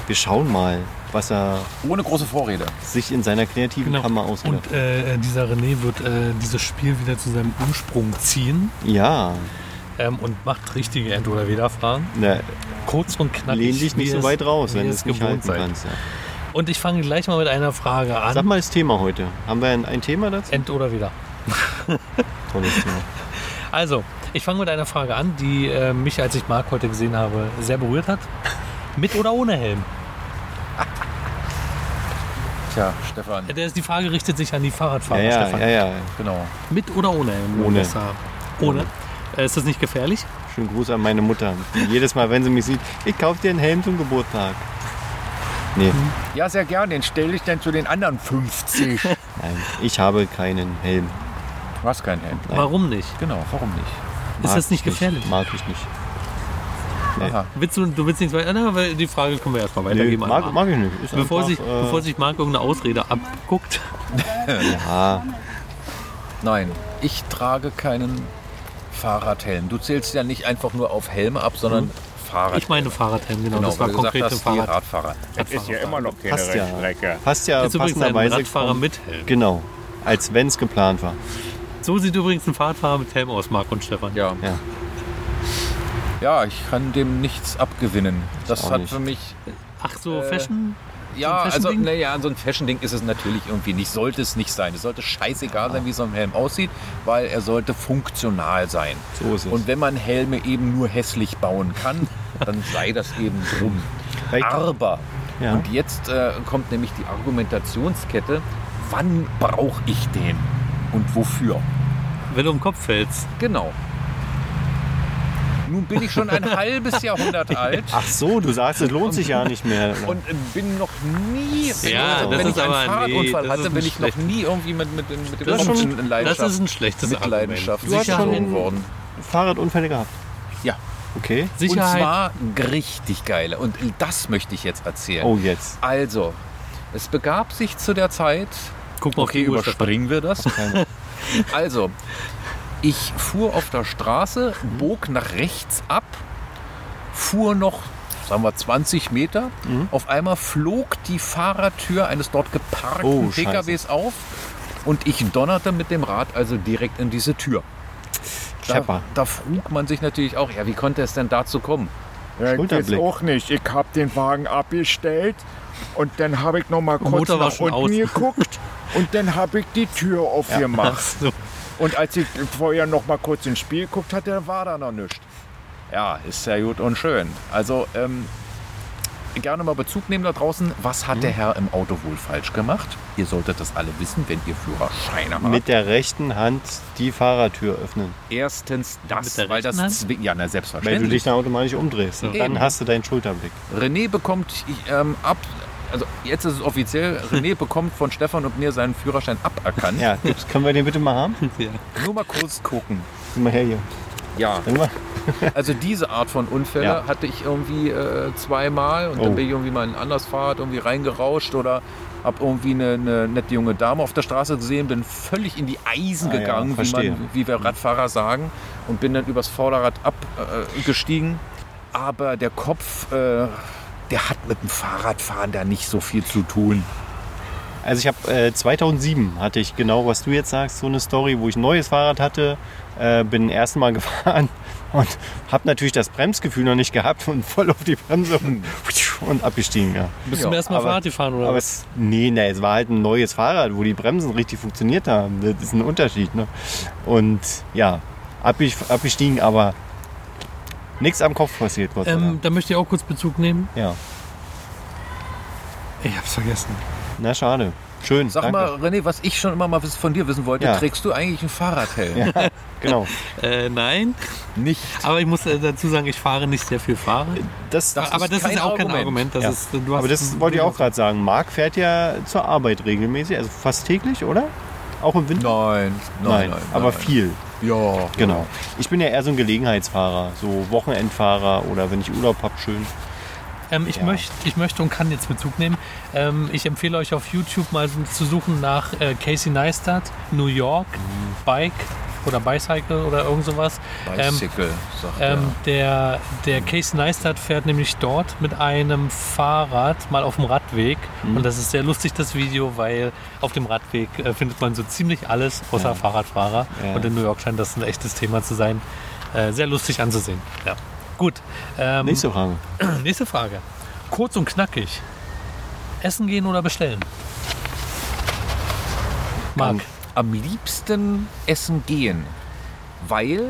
S1: wir schauen mal, was er
S4: Ohne große Vorrede.
S1: sich in seiner kreativen Kammer genau. ausgedacht
S3: Genau. Und äh, dieser René wird äh, dieses Spiel wieder zu seinem Ursprung ziehen
S1: hat. Ja,
S3: ähm, und macht richtige End- oder Weder-Fragen.
S1: ne,
S3: Kurz und knackig.
S1: lehn dich
S3: wie
S1: nicht
S3: ihr
S1: so
S3: es-
S1: weit raus,
S3: wie
S1: wenn
S3: ihr
S1: du
S3: es
S1: es nicht halten kannst. Ja.
S3: Und ich fange gleich mal mit einer Frage
S1: Sag
S3: an.
S1: mal das Thema heute. Haben wir ein, ein Thema dazu?
S3: End oder Weder.
S1: Tolles Thema.
S3: Also, ich fange mit einer Frage an, die äh, mich, als ich Marc heute gesehen habe, sehr berührt hat. Mit oder ohne Helm?
S4: Tja, Stefan,
S3: Ja, Der ist, die Frage richtet sich an die
S1: Ja,
S3: Fahrradfahrer,
S1: ja,
S3: Stefan.
S1: ja, ja.
S4: genau.
S3: Mit oder ohne Helm?
S1: Ohne.
S3: Besser. Ohne. Äh, ist das nicht gefährlich?
S1: Schönen Gruß an meine Mutter. die Jedes Mal, wenn sie mich sieht, ich kaufe dir einen Helm zum Geburtstag. Nee,
S3: Hm.
S4: Ja,
S1: *laughs*
S4: sehr gern. Den stelle ich dann zu den anderen 50.
S1: nein, ich habe keinen Helm.
S4: Du hast kein Helm.
S3: Warum nicht?
S4: Genau, warum nicht?
S3: Ist
S1: Mag
S3: das nicht
S1: ich
S3: gefährlich?
S1: Mag ich nicht. Nee.
S4: Aha.
S3: Willst du, du willst nichts weiter? Na, weil die Frage können wir erstmal
S1: Nee,
S3: weitergeben. an
S1: mag,
S3: Marc.
S1: mag ich nicht. Ist
S3: bevor,
S1: einfach,
S3: sich,
S1: äh,
S3: bevor sich Marc irgendeine Ausrede abguckt.
S1: ja,
S4: Nein, ich trage keinen Fahrradhelm. Du zählst ja nicht einfach nur auf Helme ab, sondern Fahrrad.
S3: Hm. Ich meine Fahrradhelm, genau. das war
S4: weil du gesagt
S3: konkret ein
S4: hast, die
S3: Fahrrad.
S4: Radfahrer.
S2: Es ist ja immer noch keine
S1: passt ja.
S2: Rechtsstrecke.
S1: Passt ja
S3: Jetzt übrigens ein
S1: passenderweise.
S3: Radfahrer mit Helm.
S1: Genau. Als wenn es geplant war.
S3: So sieht übrigens ein Fahrradfahrer mit Helm aus, Marc und Stefan.
S4: Ja.
S1: Ja.
S4: ja. ich kann dem nichts abgewinnen. Das
S1: auch
S4: hat
S1: nicht.
S4: für mich.
S3: Ach so,
S4: Äh,
S3: Fashion?
S4: Ja,
S3: Fashion-Ding?
S4: also naja, so ein Fashion-Ding ist es natürlich irgendwie nicht. Sollte es nicht sein. Es sollte scheißegal sein, wie so ein Helm aussieht, weil er sollte funktional sein.
S1: So ist es.
S4: Und wenn man Helme eben nur hässlich bauen kann, dann sei das eben drum.
S1: Weil-
S4: Aber,
S1: Ja.
S4: und jetzt äh, kommt nämlich die Argumentationskette, wann brauche ich den und wofür?
S3: Wenn du um den Kopf fällst.
S4: Genau. Nun bin ich schon ein halbes Jahrhundert alt
S1: Ach so, du sagst, es lohnt sich ja nicht mehr.
S4: und äh, bin noch nie, wenn,
S3: Ja,
S4: ich-
S3: das
S4: wenn
S3: ist
S4: ich einen
S3: aber- nee,
S4: Fahrradunfall
S3: das ist
S4: hatte,
S3: ein
S4: bin ich noch
S3: schlechtes-
S4: nie irgendwie mit, mit, dem- mit dem
S3: Das ist
S4: Kopf
S3: schon-
S4: in
S3: Das
S4: Leidenschaft,
S3: ist ein schlechtes
S4: mit Leidenschaft
S3: Argument.
S1: hast schon
S4: gezogen
S1: den-
S4: worden.
S1: Fahrradunfälle gehabt.
S4: Ja.
S1: Okay.
S3: Sicherheit.
S4: Und zwar richtig geile. Und das möchte ich jetzt erzählen.
S1: Oh, jetzt.
S4: Also, es begab sich zu der Zeit.
S3: Guck mal auf die Uhr. Stefan.
S4: wir das.
S1: *laughs* Keine-
S4: Also, ich fuhr auf der Straße, bog nach rechts ab, fuhr noch, sagen wir, 20 Meter.
S1: Mhm.
S4: Auf einmal flog die Fahrertür eines dort geparkten
S1: Oh, Scheiße.
S4: PKWs auf und ich donnerte mit dem Rad also direkt in diese Tür. Da,
S1: Schepper.
S4: da frug man sich natürlich auch, ja, wie konnte es denn dazu kommen?
S2: Ja,
S1: Schulterblick.
S2: geht's auch nicht. Ich habe den Wagen abgestellt und dann habe ich noch mal kurz
S3: Motor war
S2: nach
S3: schon
S2: unten
S3: aus.
S4: *laughs*
S2: geguckt und dann habe ich die Tür
S3: Ach
S2: aufgemacht.
S3: so.
S2: Und als ich vorher noch mal kurz ins Spiel geguckt hatte, dann war da noch nichts. Äh,
S4: Ja, ist ja gut und schön. Also ähm, gerne mal Bezug nehmen da draußen. Was hat der Herr im Auto wohl falsch gemacht? Ihr solltet das alle wissen, wenn ihr Führerscheine habt.
S1: Mit der rechten Hand die Fahrradtür öffnen.
S4: Erstens das,
S3: Mit der
S4: weil das
S3: rechten Hand?
S4: zwingt. Ja, na,
S1: Weil du dich
S4: selbstverständlich.
S1: dann automatisch umdrehst.
S4: Ja.
S1: Dann
S4: Eben.
S1: hast du deinen Schulterblick.
S4: René bekommt ähm, ab. Also jetzt ist es offiziell, René *laughs* bekommt von Stefan und mir seinen Führerschein aberkannt.
S1: Ja, gibt's- können wir den bitte mal haben?
S3: Ja.
S4: Nur mal kurz gucken.
S1: Gib mal her hier.
S4: Ja.
S1: Bring mal.
S4: Also diese Art von Unfälle
S1: Ja.
S4: hatte ich irgendwie äh, zweimal und
S1: Oh.
S4: dann bin ich irgendwie mal in ein anderes Fahrrad irgendwie reingerauscht oder habe irgendwie eine, eine nette junge Dame auf der Straße gesehen, bin völlig in die Eisen
S1: Ah ja,
S4: gegangen, wie,
S1: verstehe. Mhm.
S4: man, wie wir Radfahrer sagen, und bin dann übers Vorderrad abgestiegen. Aber der Kopf, äh, der hat mit dem Fahrradfahren da nicht so viel zu tun.
S1: Also ich habe äh, 2007 hatte ich genau, was du jetzt sagst, so eine Story, wo ich ein neues Fahrrad hatte, äh, bin das erste Mal *laughs* gefahren und habe natürlich das Bremsgefühl noch nicht gehabt und voll auf die Bremse und, und abgestiegen. Ja.
S3: Bist
S4: Ja,
S3: du erstmal
S1: aber-
S3: Fahrrad gefahren oder
S1: Aber
S3: was?
S1: es, nee, nee, es war halt ein neues Fahrrad, wo die Bremsen richtig funktioniert haben. Das ist ein Unterschied. Ne? Und ja, abge- abgestiegen, aber nichts am Kopf passiert. Gott sei
S3: Ähm,
S1: Dank.
S3: da möchte ich auch kurz Bezug nehmen.
S1: Ja,
S3: Ich hab's vergessen.
S1: na schade. Schön,
S4: Sag
S1: danke.
S4: mal, René, was ich schon immer mal von dir wissen wollte,
S1: Ja.
S4: trägst du eigentlich einen Fahrradhelm?
S1: Genau.
S3: Äh, nein,
S4: Nicht.
S3: aber ich muss äh, dazu sagen, ich fahre nicht sehr viel Fahrrad.
S1: Das,
S4: Das
S3: aber
S4: ist
S3: das
S4: kein
S3: ist auch kein
S4: Argument.
S3: Argument. Das
S1: Ja.
S3: ist, du hast
S1: Aber das wollte ich auch gerade sagen. Marc fährt ja zur Arbeit regelmäßig, also fast täglich, oder? Auch im Winter?
S4: Nein, nein, nein.
S1: aber
S4: nein.
S1: viel,
S4: Ja.
S1: genau. Ich bin ja eher so ein Gelegenheitsfahrer, so Wochenendfahrer oder wenn ich Urlaub habe, schön.
S3: Ähm, ich,
S1: Ja.
S3: möchte, ich möchte und kann jetzt Bezug nehmen. Ähm, ich empfehle euch auf YouTube mal zu suchen nach äh, Casey Neistat, New York,
S4: Mhm.
S3: Bike oder Bicycle oder irgend sowas. Ähm,
S4: Bicycle, sagt er.
S3: ähm, der, der Casey Neistat fährt nämlich dort mit einem Fahrrad mal auf dem Radweg.
S1: Mhm.
S3: Und das ist sehr lustig, das Video, weil auf dem Radweg äh, findet man so ziemlich alles außer Fahrradfahrer.
S1: Ja.
S3: Und in New York scheint das ein echtes Thema zu sein. Äh, sehr lustig anzusehen. Ja. Gut. Ähm,
S1: Nächste Frage.
S3: *clears throat* Nächste Frage. Kurz und knackig. Essen gehen oder bestellen? Marc,
S4: Am liebsten essen gehen, weil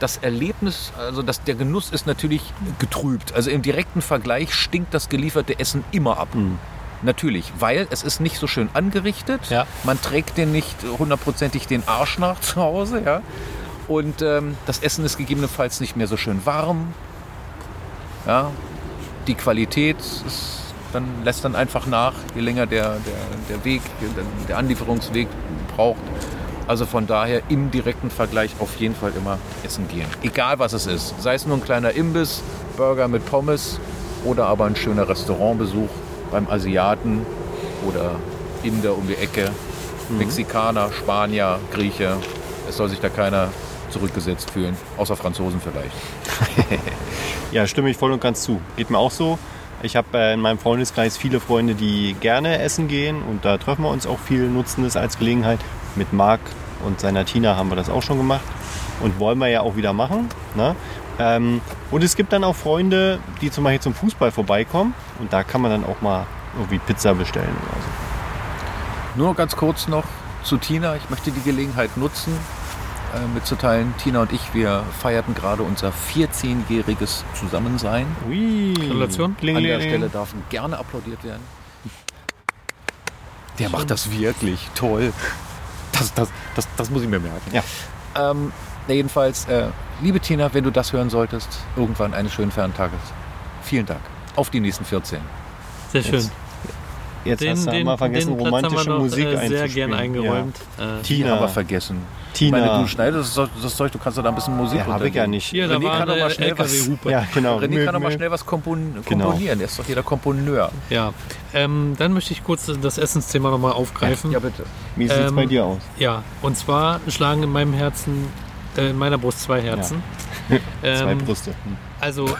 S4: das Erlebnis, also das, der Genuss ist natürlich getrübt. Also im direkten Vergleich stinkt das gelieferte Essen immer ab. Natürlich, weil es ist nicht so schön angerichtet.
S3: Ja.
S4: Man trägt den nicht hundertprozentig den Arsch nach zu Hause. Ja? Und ähm, das Essen ist gegebenenfalls nicht mehr so schön warm. Ja? Die Qualität ist, dann lässt dann einfach nach, je länger der, der, der Weg, der, der Anlieferungsweg braucht. Also von daher im direkten Vergleich auf jeden Fall immer essen gehen. Egal was es ist. Sei es nur ein kleiner Imbiss, Burger mit Pommes oder aber ein schöner Restaurantbesuch beim Asiaten oder Inder um die Ecke. Mexikaner, Spanier, Grieche. Es soll sich da keiner zurückgesetzt fühlen. Außer Franzosen vielleicht.
S1: Ja, stimme ich voll und ganz zu. Geht mir auch so. Ich habe äh, in meinem Freundeskreis viele Freunde, die gerne essen gehen und da treffen wir uns auch viel, nutzen das als Gelegenheit. Mit Marc und seiner Tina haben wir das auch schon gemacht und wollen wir ja auch wieder machen. Ne? Ähm, und es gibt dann auch Freunde, die zum Beispiel zum Fußball vorbeikommen und da kann man dann auch mal irgendwie Pizza bestellen oder so.
S4: Nur ganz kurz noch zu Tina. Ich möchte die Gelegenheit nutzen, äh, mitzuteilen. Tina und ich, wir feierten gerade unser 14-jähriges Zusammensein.
S1: Ui.
S3: Gratulation.
S1: Klingeling.
S4: An der Stelle darf gerne applaudiert werden. Der macht das wirklich toll. Das, das, das, das muss ich mir merken.
S1: Ja.
S4: Ähm, na jedenfalls, äh, liebe Tina, wenn du das hören solltest, irgendwann eines schönen Ferntages. Vielen Dank. Auf die nächsten 14.
S3: Sehr schön.
S1: Jetzt hast du
S3: den,
S1: mal vergessen,
S3: den Platz
S1: romantische
S3: haben wir noch,
S1: Musik
S3: äh, sehr
S1: einzuspielen.
S3: gern eingeräumt. Äh,
S1: Tina.
S4: Aber vergessen.
S1: Tina.
S4: Ich meine, du schneidest das, das Zeug, du kannst da ein bisschen Musik
S1: ja, habe ich ja
S4: unterlegen.
S1: nicht.
S3: hier, da
S4: René
S3: war
S4: kann doch
S3: eine
S4: mal schnell was-
S3: LKW-Hupe.
S1: Ja, genau.
S4: René kann doch mal
S1: Mö, mö.
S4: schnell was kompon
S1: Genau.
S4: komponieren. Er ist doch jeder Komponeur.
S3: Ja, ähm, dann möchte ich kurz das Essensthema nochmal aufgreifen.
S4: Ja, bitte.
S1: Wie sieht es
S3: Ähm,
S1: bei dir aus?
S3: Ja, und zwar schlagen in meinem Herzen, äh, in meiner Brust zwei Herzen.
S4: *laughs*
S1: Zwei
S3: Ähm,
S1: Brüste. Hm.
S3: Also
S4: In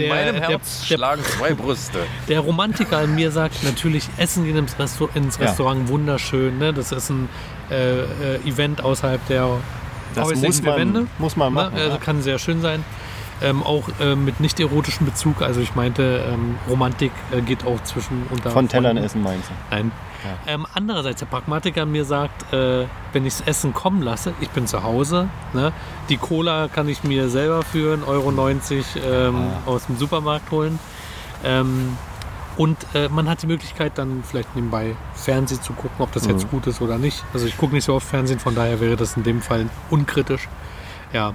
S3: der,
S4: meinem
S3: der,
S4: Herz
S3: der,
S4: schlagen zwei Brüste.
S3: der Romantiker in mir sagt natürlich, Essen gehen ins, Restau- ins
S1: Ja.
S3: Restaurant wunderschön. Ne? Das ist ein äh, äh, Event außerhalb der häuslichen
S1: muss
S3: Gewände.
S1: man, muss man
S3: Ne?
S1: machen.
S3: Also
S1: ja.
S3: kann sehr schön sein. Ähm, auch äh, mit nicht erotischem Bezug. Also ich meinte, ähm, Romantik äh, geht auch zwischen unter
S1: Von Tellern
S3: Freunden.
S1: essen meinst du?
S3: Nein. Ähm, andererseits, der Pragmatiker mir sagt, äh, wenn ich das Essen kommen lasse, ich bin zu Hause, ne? die Cola kann ich mir selber für 1,90 Euro ähm, aus dem Supermarkt holen. Ähm, und äh, man hat die Möglichkeit, dann vielleicht nebenbei Fernsehen zu gucken, ob das jetzt gut ist oder nicht. Also ich gucke nicht so oft Fernsehen, von daher wäre das in dem Fall unkritisch. Ja.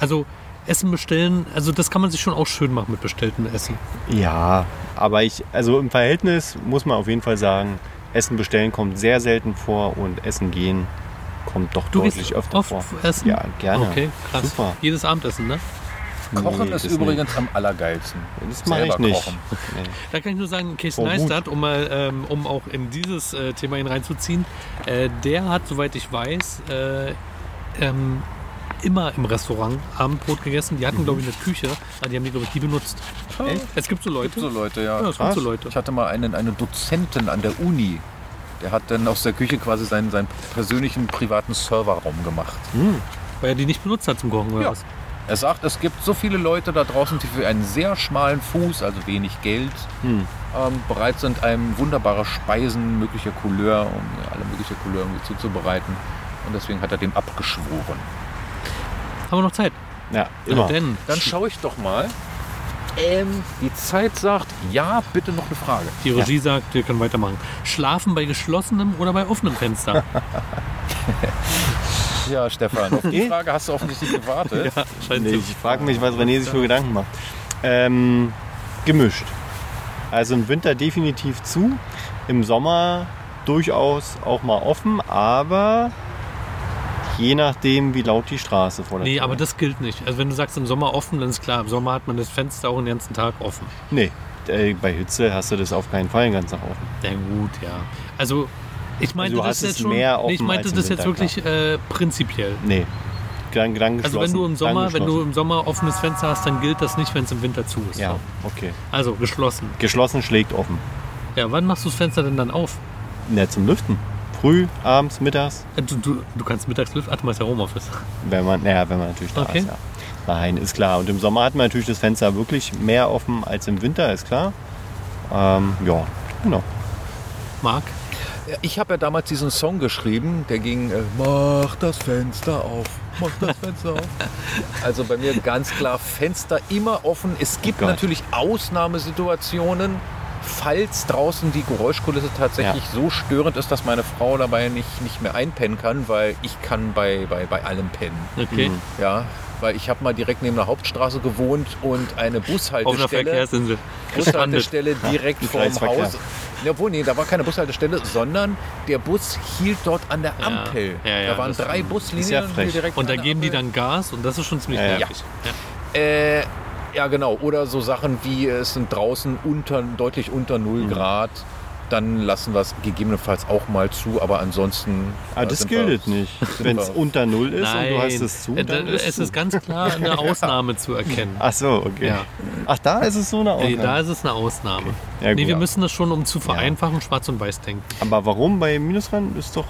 S3: Also Essen bestellen, also das kann man sich schon auch schön machen mit bestelltem Essen.
S1: Ja, aber ich, also im Verhältnis muss man auf jeden Fall sagen, Essen bestellen kommt sehr selten vor und Essen gehen kommt doch
S3: Du gehst
S1: deutlich öfter
S3: oft
S1: vor.
S3: essen?
S1: Ja, gerne.
S3: Okay, krass.
S1: Super.
S3: Jedes Abendessen, ne?
S4: Kochen
S1: Nee,
S4: ist
S1: das
S4: übrigens am allergeilsten.
S1: Das mache ich
S4: Selber
S1: nicht.
S4: kochen.
S1: Nee.
S3: Da kann ich nur sagen, Case
S1: Oh,
S3: Neistat, um, mal, ähm, um auch in dieses äh, Thema ihn reinzuziehen, äh, der hat, soweit ich weiß, äh, ähm, immer im Restaurant Abendbrot gegessen. Die hatten,
S1: Mhm.
S3: glaube ich, eine Küche, aber die haben die, glaube ich, nie benutzt.
S1: Echt?
S3: Es gibt so Leute.
S4: Gibt so Leute,
S3: ja,
S4: ja.
S3: es gibt so
S1: krass.
S3: Leute.
S4: Ich hatte mal einen, einen Dozenten an der Uni. Der hat dann aus der Küche quasi seinen, seinen persönlichen privaten Serverraum gemacht.
S3: Weil er die nicht benutzt hat zum Kochen oder
S4: Ja.
S3: was?
S4: Er sagt, es gibt so viele Leute da draußen, die für einen sehr schmalen Fuß, also wenig Geld, ähm, bereit sind, einem wunderbare Speisen möglicher Couleur, um ja, alle mögliche Couleur irgendwie zuzubereiten. Und deswegen hat er dem abgeschworen.
S3: Haben wir noch Zeit?
S1: Ja, immer.
S3: Denn,
S4: Dann schaue ich doch mal. Ähm, die Zeit sagt, ja, bitte noch eine Frage.
S3: die Regie sagt, wir können weitermachen. Schlafen bei geschlossenem oder bei
S1: *laughs*
S3: offenem Fenster?
S4: Ja, Stefan, auf die Frage hast du offensichtlich gewartet.
S3: Scheint
S1: Nee,
S3: so.
S1: ich frage mich, was René sich für Gedanken macht. Ähm, gemischt. Also im Winter definitiv zu, im Sommer durchaus auch mal offen, aber je nachdem, wie laut die Straße vor der
S3: Nee,
S1: Tür
S3: aber
S1: ist.
S3: das gilt nicht. Also wenn du sagst, im Sommer offen, dann ist klar, im Sommer hat man das Fenster auch den ganzen Tag offen.
S1: Nee, äh, bei Hitze hast du das auf keinen Fall den ganzen Tag offen.
S3: Ja gut, ja. Also ich meinte
S1: Also du
S3: das
S1: hast
S3: jetzt
S1: es
S3: schon.
S1: mehr
S3: nee, ich
S1: offen
S3: meinte
S1: als im
S3: das jetzt
S1: Winter,
S3: wirklich äh, prinzipiell.
S1: Nee, dann, dann
S3: Also wenn
S1: geschlossen,
S3: du im
S1: dann
S3: Sommer, wenn du
S1: geschlossen.
S3: im Sommer offenes Fenster hast, dann gilt das nicht, wenn es im Winter zu ist.
S1: Ja, okay.
S3: Also geschlossen.
S1: Geschlossen schlägt offen.
S3: Ja, wann machst du das Fenster denn dann auf?
S1: Na, zum Lüften. Früh, abends, mittags,
S3: Äh, Du, du, du kannst mittags lüften. Ach, du machst ja Homeoffice. *laughs*
S1: wenn man, naja, wenn man natürlich da
S3: Okay.
S1: ist, ja. Nein, ist klar. Und im Sommer hat man natürlich das Fenster wirklich mehr offen als im Winter, ist klar. Ähm, ja, genau.
S3: Marc?
S4: Ich habe ja damals diesen Song geschrieben, der ging, äh, mach das Fenster auf, mach das Fenster auf. Also bei mir ganz klar, Fenster immer offen. Es gibt
S1: Gott.
S4: natürlich Ausnahmesituationen, falls draußen die Geräuschkulisse tatsächlich
S1: Ja.
S4: so störend ist, dass meine Frau dabei nicht, nicht mehr einpennen kann, weil ich kann bei, bei, bei allem pennen.
S3: Okay.
S1: Mhm.
S4: Ja, weil ich habe mal direkt neben der Hauptstraße gewohnt und eine
S3: Auf einer
S4: Bushaltestelle...
S3: Verkehrsinsel. Gestrandet.
S4: Bushaltestelle direkt
S1: im
S4: vorm
S1: Kreisverkehr.
S4: Haus. Nee, obwohl, nee, da war keine Bushaltestelle, sondern der Bus hielt dort an der
S3: Ja.
S4: Ampel.
S3: Ja, ja,
S4: da waren
S3: das
S4: drei
S3: ist-
S4: Buslinien
S1: ist ja
S4: hier
S1: frech.
S4: direkt
S3: Und da
S4: an der
S3: geben die
S4: Ampel.
S3: dann Gas und das ist schon ziemlich
S1: Ja, ja.
S3: nervig. Ja.
S4: Äh, ja, genau. Oder so Sachen wie äh, es sind draußen unter, deutlich unter
S3: Mhm.
S4: 0 Grad. Dann lassen wir es gegebenenfalls auch mal zu, aber ansonsten.
S1: Ah,
S4: äh,
S1: das
S4: sind wir-
S1: gilt nicht.
S4: *laughs* sind
S1: Wenn es
S4: wir-
S1: unter Null ist und du hast es zu,
S3: Äh,
S1: dann
S3: da-
S1: ist
S3: es ist
S1: zu.
S3: ganz klar
S1: *laughs*
S3: eine Ausnahme zu erkennen.
S1: Ach so, okay.
S3: Ja.
S1: Ach, da ist es so eine
S3: Nee,
S1: Ausnahme.
S3: da ist es eine Ausnahme.
S1: Ja,
S3: nee,
S1: gut.
S3: wir müssen das schon, um zu vereinfachen, schwarz und weiß denken.
S1: Aber warum bei Minusgraden? Ist doch,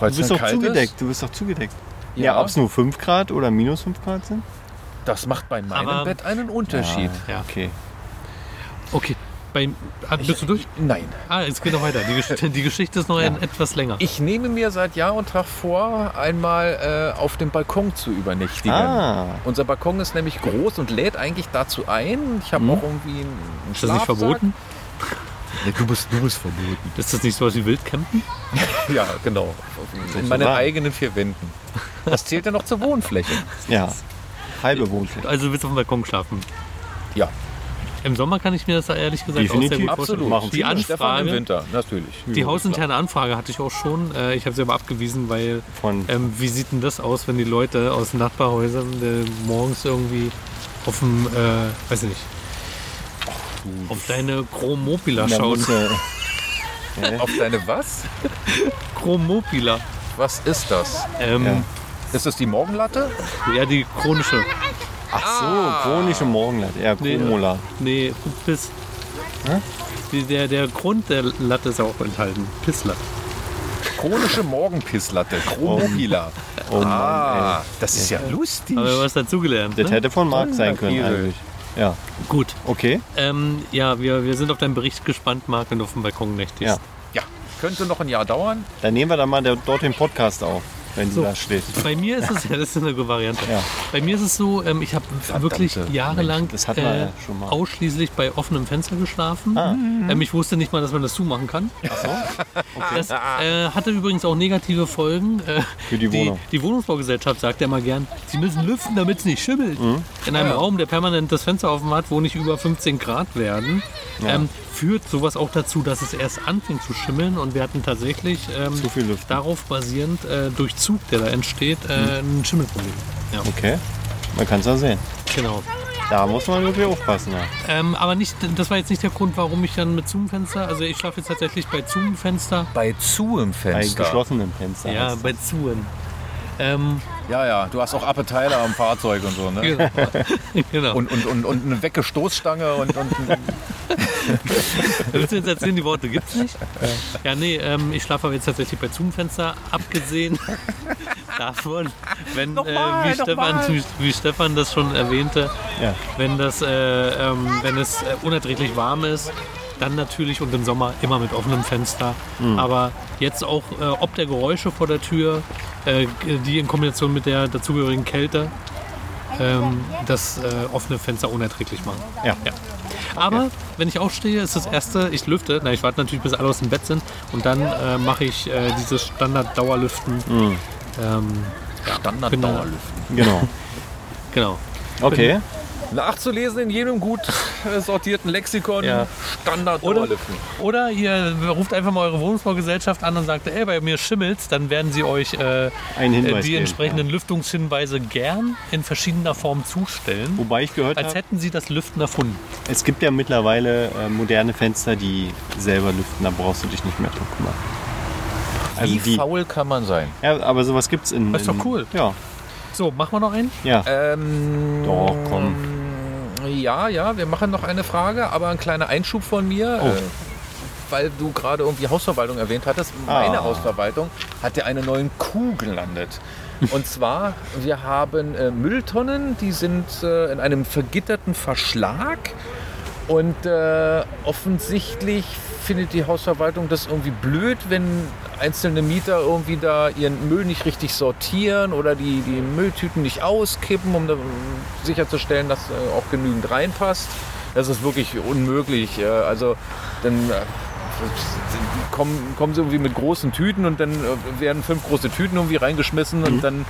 S4: Weil
S1: du
S4: es
S1: bist
S4: dann
S1: doch
S4: kalt ist.
S1: zugedeckt. Du bist doch zugedeckt. Ja,
S4: Ja.
S1: ob es nur 5 Grad oder minus 5 Grad sind?
S4: Das macht bei meinem
S3: Aber-
S4: Bett einen Unterschied.
S3: Ja.
S1: Okay.
S3: Okay. Beim, ah, bist du durch?
S4: Nein.
S3: Ah, es geht noch weiter. Die Geschichte, *laughs* die Geschichte ist noch ein, etwas länger.
S4: Ich nehme mir seit Jahr und Tag vor, einmal äh, auf dem Balkon zu übernächtigen.
S1: Ah,
S4: Unser Balkon ist nämlich groß und lädt eigentlich dazu ein. Ich habe auch irgendwie einen
S3: Mhm. ist das nicht
S4: Schlafsack.
S3: verboten?
S4: Nee, du, bist, du bist verboten.
S3: Ist das nicht sowas wie Wildcampen?
S4: Ja, genau. In
S1: so
S4: meinen
S1: sagen.
S4: eigenen vier Wänden. Das zählt ja noch zur Wohnfläche.
S1: ja. Halbe Wohnfläche.
S3: Also du willst auf dem Balkon schlafen.
S4: Ja,
S3: Im Sommer kann ich mir das ehrlich gesagt auch sehr
S1: Definitiv.
S3: gut vorstellen.
S4: absolut.
S1: Machen
S3: Die
S1: viele.
S3: Anfrage-
S4: Stefan im Winter, natürlich.
S3: Die hausinterne Anfrage hatte ich auch schon. Äh, Ich habe sie aber abgewiesen, weil
S1: Von-
S3: ähm, wie sieht denn das aus, wenn die Leute aus den Nachbarhäusern äh, morgens irgendwie auf dem, äh, weiß nicht, auf deine Chromopila
S1: Da
S3: schauen.
S1: muss, äh,
S4: Auf deine was?
S3: Chromopila.
S4: Was ist das?
S3: Ähm,
S4: Ist das die Morgenlatte?
S3: ja. die chronische.
S1: ach so, chronische Morgenlatte. Ja,
S3: Ah. Nee,
S1: Chromola.
S3: Nee, Piss. Die, der, der Grund der Latte ist auch enthalten. Pisslatte.
S4: Chronische Morgenpisslatte, Chromopila.
S1: Oh Mann,
S4: Ah, das ist ja lustig.
S3: Aber was dazugelernt.
S1: ey. Hm. Das
S3: Ne?
S1: hätte von Marc sein können
S4: Sonderkrise.
S1: eigentlich. Ja,
S3: Gut.
S1: okay.
S3: Ähm, ja, wir, wir sind auf deinen Bericht gespannt, Marc, wenn du auf dem Balkon nächtigst.
S1: Ja.
S4: Ja, könnte noch ein Jahr dauern.
S1: Dann nehmen wir dann mal der, dort den Podcast auf, wenn sie
S3: So.
S1: da steht.
S3: Bei mir ist es ja, *laughs* das ist eine Variante.
S1: Ja.
S3: Bei mir ist es so, ähm, ich habe wirklich jahrelang äh,
S1: das hatten wir ja schon mal. Ah.
S3: ausschließlich bei offenem Fenster geschlafen. Ähm, ich wusste nicht mal, dass man das zumachen kann. Das äh, hatte übrigens auch negative Folgen. Äh,
S1: Für die Wohnung.
S3: Die, Wohnungsbaugesellschaft sagt ja mal gern, sie müssen lüften, damit es nicht schimmelt.
S1: Mhm.
S3: In einem Raum, der permanent das Fenster offen hat, wo nicht über 15 Grad werden, ähm, führt sowas auch dazu, dass es erst anfängt zu schimmeln. Und wir hatten tatsächlich ähm,
S1: Zu viel Lüften.
S3: darauf basierend äh, durch Zug, der da entsteht, äh, ein Schimmelproblem. Ja,
S1: Hm. Okay, man kann es ja sehen.
S3: genau.
S1: Da muss man wirklich aufpassen. Ja.
S3: Ähm, aber nicht, das war jetzt nicht der Grund, warum ich dann mit Zoom-Fenster, also ich schlafe jetzt tatsächlich bei Zoom-Fenster.
S4: Bei zu im
S1: Bei
S4: Fenster.
S1: geschlossenem Fenster.
S3: Ja,
S1: heißt
S3: bei Zoom. Ähm,
S4: Ja, ja, du hast auch Appetiler am Fahrzeug und so, ne?
S1: *laughs*
S3: genau. genau.
S4: Und, und, und, und eine Weggestoßstange und, und
S3: Willst du jetzt erzählen, die Worte gibt's nicht? Ja, nee, ähm, ich schlafe aber jetzt tatsächlich bei Zoom-Fenster,
S1: *laughs*
S3: abgesehen davon, wenn, äh, wie, Stefan, wie, wie Stefan das schon erwähnte,
S1: Ja.
S3: wenn, das, äh, ähm, wenn es äh, unerträglich warm ist, dann natürlich und im Sommer immer mit offenem Fenster. Aber jetzt auch äh, ob der Geräusche vor der Tür, äh, die in Kombination mit der dazugehörigen Kälte, ähm, das äh, offene Fenster unerträglich machen.
S1: Ja.
S3: Aber wenn ich aufstehe, ist das erste, ich lüfte. Na, ich warte natürlich, bis alle aus dem Bett sind. Und dann äh, mache ich äh, dieses Standard-Dauerlüften. Ähm,
S4: Standarddauerlüften.
S1: Genau.
S3: *laughs* genau.
S1: Okay.
S4: Nachzulesen in jedem gut äh, sortierten Lexikon.
S3: Ja.
S4: Standarddauerlüften.
S3: Oder ihr ruft einfach mal eure Wohnungsbaugesellschaft an und sagt, ey, bei mir schimmelt's, dann werden sie euch äh,
S1: Ein
S3: äh,
S1: Hinweis.
S3: die
S1: geben.
S3: entsprechenden Lüftungshinweise gern in verschiedener Form zustellen.
S1: Wobei ich gehört
S3: Als
S1: habe,
S3: hätten sie das Lüften erfunden.
S1: es gibt ja mittlerweile äh, moderne Fenster, die selber lüften. Da brauchst du dich nicht mehr drum kümmern. Also
S4: Wie
S1: die,
S4: faul kann man sein?
S1: ja, aber sowas gibt's in.
S3: Das ist
S1: in-
S3: doch cool. Äh,
S1: Ja,
S3: So, machen wir noch einen?
S1: ja.
S4: Ähm,
S1: Doch, komm.
S4: Ja, ja, wir machen noch eine Frage, aber ein kleiner Einschub von mir.
S1: Oh.
S4: Äh, weil du gerade irgendwie Hausverwaltung erwähnt hattest. Meine
S1: Ah.
S4: Hausverwaltung hat ja einen neuen Kuh gelandet. Und zwar, wir haben äh, Mülltonnen, die sind äh, in einem vergitterten Verschlag. Und äh, offensichtlich findet die Hausverwaltung das irgendwie blöd, wenn einzelne Mieter irgendwie da ihren Müll nicht richtig sortieren oder die, die Mülltüten nicht auskippen, um da, ähm, sicherzustellen, dass äh, auch genügend reinpasst. Das ist wirklich unmöglich. Äh, also dann äh, kommen, kommen sie irgendwie mit großen Tüten und dann äh, werden fünf große Tüten irgendwie reingeschmissen und dann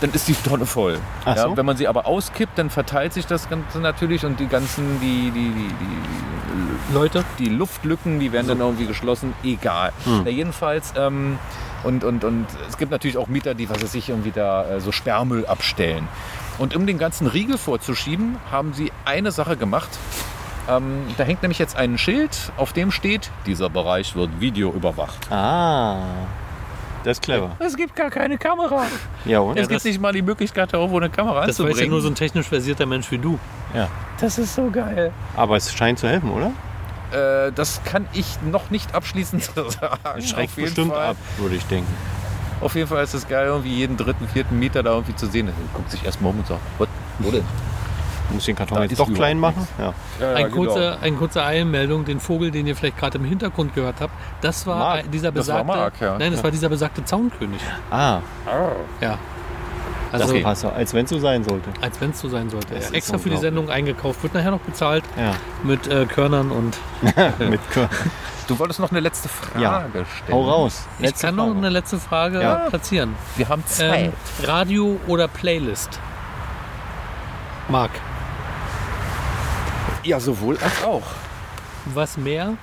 S4: dann ist die Tonne voll.
S1: Mhm. Ach
S4: Ja,
S1: so.
S4: Wenn man sie aber auskippt, dann verteilt sich das Ganze natürlich und die ganzen, die, die, die,
S3: Leute.
S4: die, die Luftlücken, die werden dann irgendwie geschlossen. Egal.
S3: Hm.
S4: Na, jedenfalls, ähm, und, und, und es gibt natürlich auch Mieter, die, was weiß ich, irgendwie da äh, so Sperrmüll abstellen. Und um den ganzen Riegel vorzuschieben, haben sie eine Sache gemacht. Ähm, da hängt nämlich jetzt ein Schild, auf dem steht, dieser Bereich wird videoüberwacht.
S1: Ah, das ist clever.
S4: Es gibt gar keine Kamera.
S1: Ja, und?
S4: es gibt
S3: das-
S4: nicht mal die Möglichkeit, darauf eine Kamera
S3: Das
S4: anzubringen.
S3: weiß ja nur so ein technisch versierter Mensch wie du.
S4: das ist so geil.
S1: Aber es scheint zu helfen, oder?
S4: Äh, das kann ich noch nicht abschließend *laughs* sagen.
S1: Schreckt
S4: Auf jeden
S1: bestimmt
S4: Fall,
S1: ab, würde ich denken.
S4: Auf jeden Fall ist es geil, irgendwie jeden dritten, vierten Meter da irgendwie zu sehen. Er guckt sich erstmal um und sagt, "What? wo denn?
S1: Muss den Karton
S4: Da
S1: jetzt
S4: ist
S1: doch
S4: überhaupt
S1: klein machen?
S4: nichts.
S1: Ja.
S3: Ein
S4: genau.
S3: kurzer, ein kurzer Eilmeldung, den Vogel, den ihr vielleicht gerade im Hintergrund gehört habt, das war
S1: Mark.
S3: ein- dieser
S4: Das war
S3: besagte,
S4: Mark, ja.
S3: nein, das war dieser besagte Zaunkönig.
S1: Ah,
S3: Ja.
S1: das
S3: Also
S1: passt, doch, als wenn es so sein sollte.
S3: als wenn es so sein sollte.
S1: Das
S3: Ist
S1: ist
S3: extra für die
S1: unglaublich.
S3: Sendung eingekauft, wird nachher noch bezahlt
S1: Ja,
S3: mit äh, Körnern und
S1: mit Kör-
S4: Du wolltest noch eine letzte Frage
S1: Ja.
S4: stellen.
S1: Hau raus.
S3: ich kann noch eine letzte Frage
S1: Ja.
S3: platzieren.
S4: Wir haben
S3: Ähm,
S4: Zeit.
S3: Radio oder Playlist? Marc,
S4: Ja, sowohl als auch.
S3: was mehr?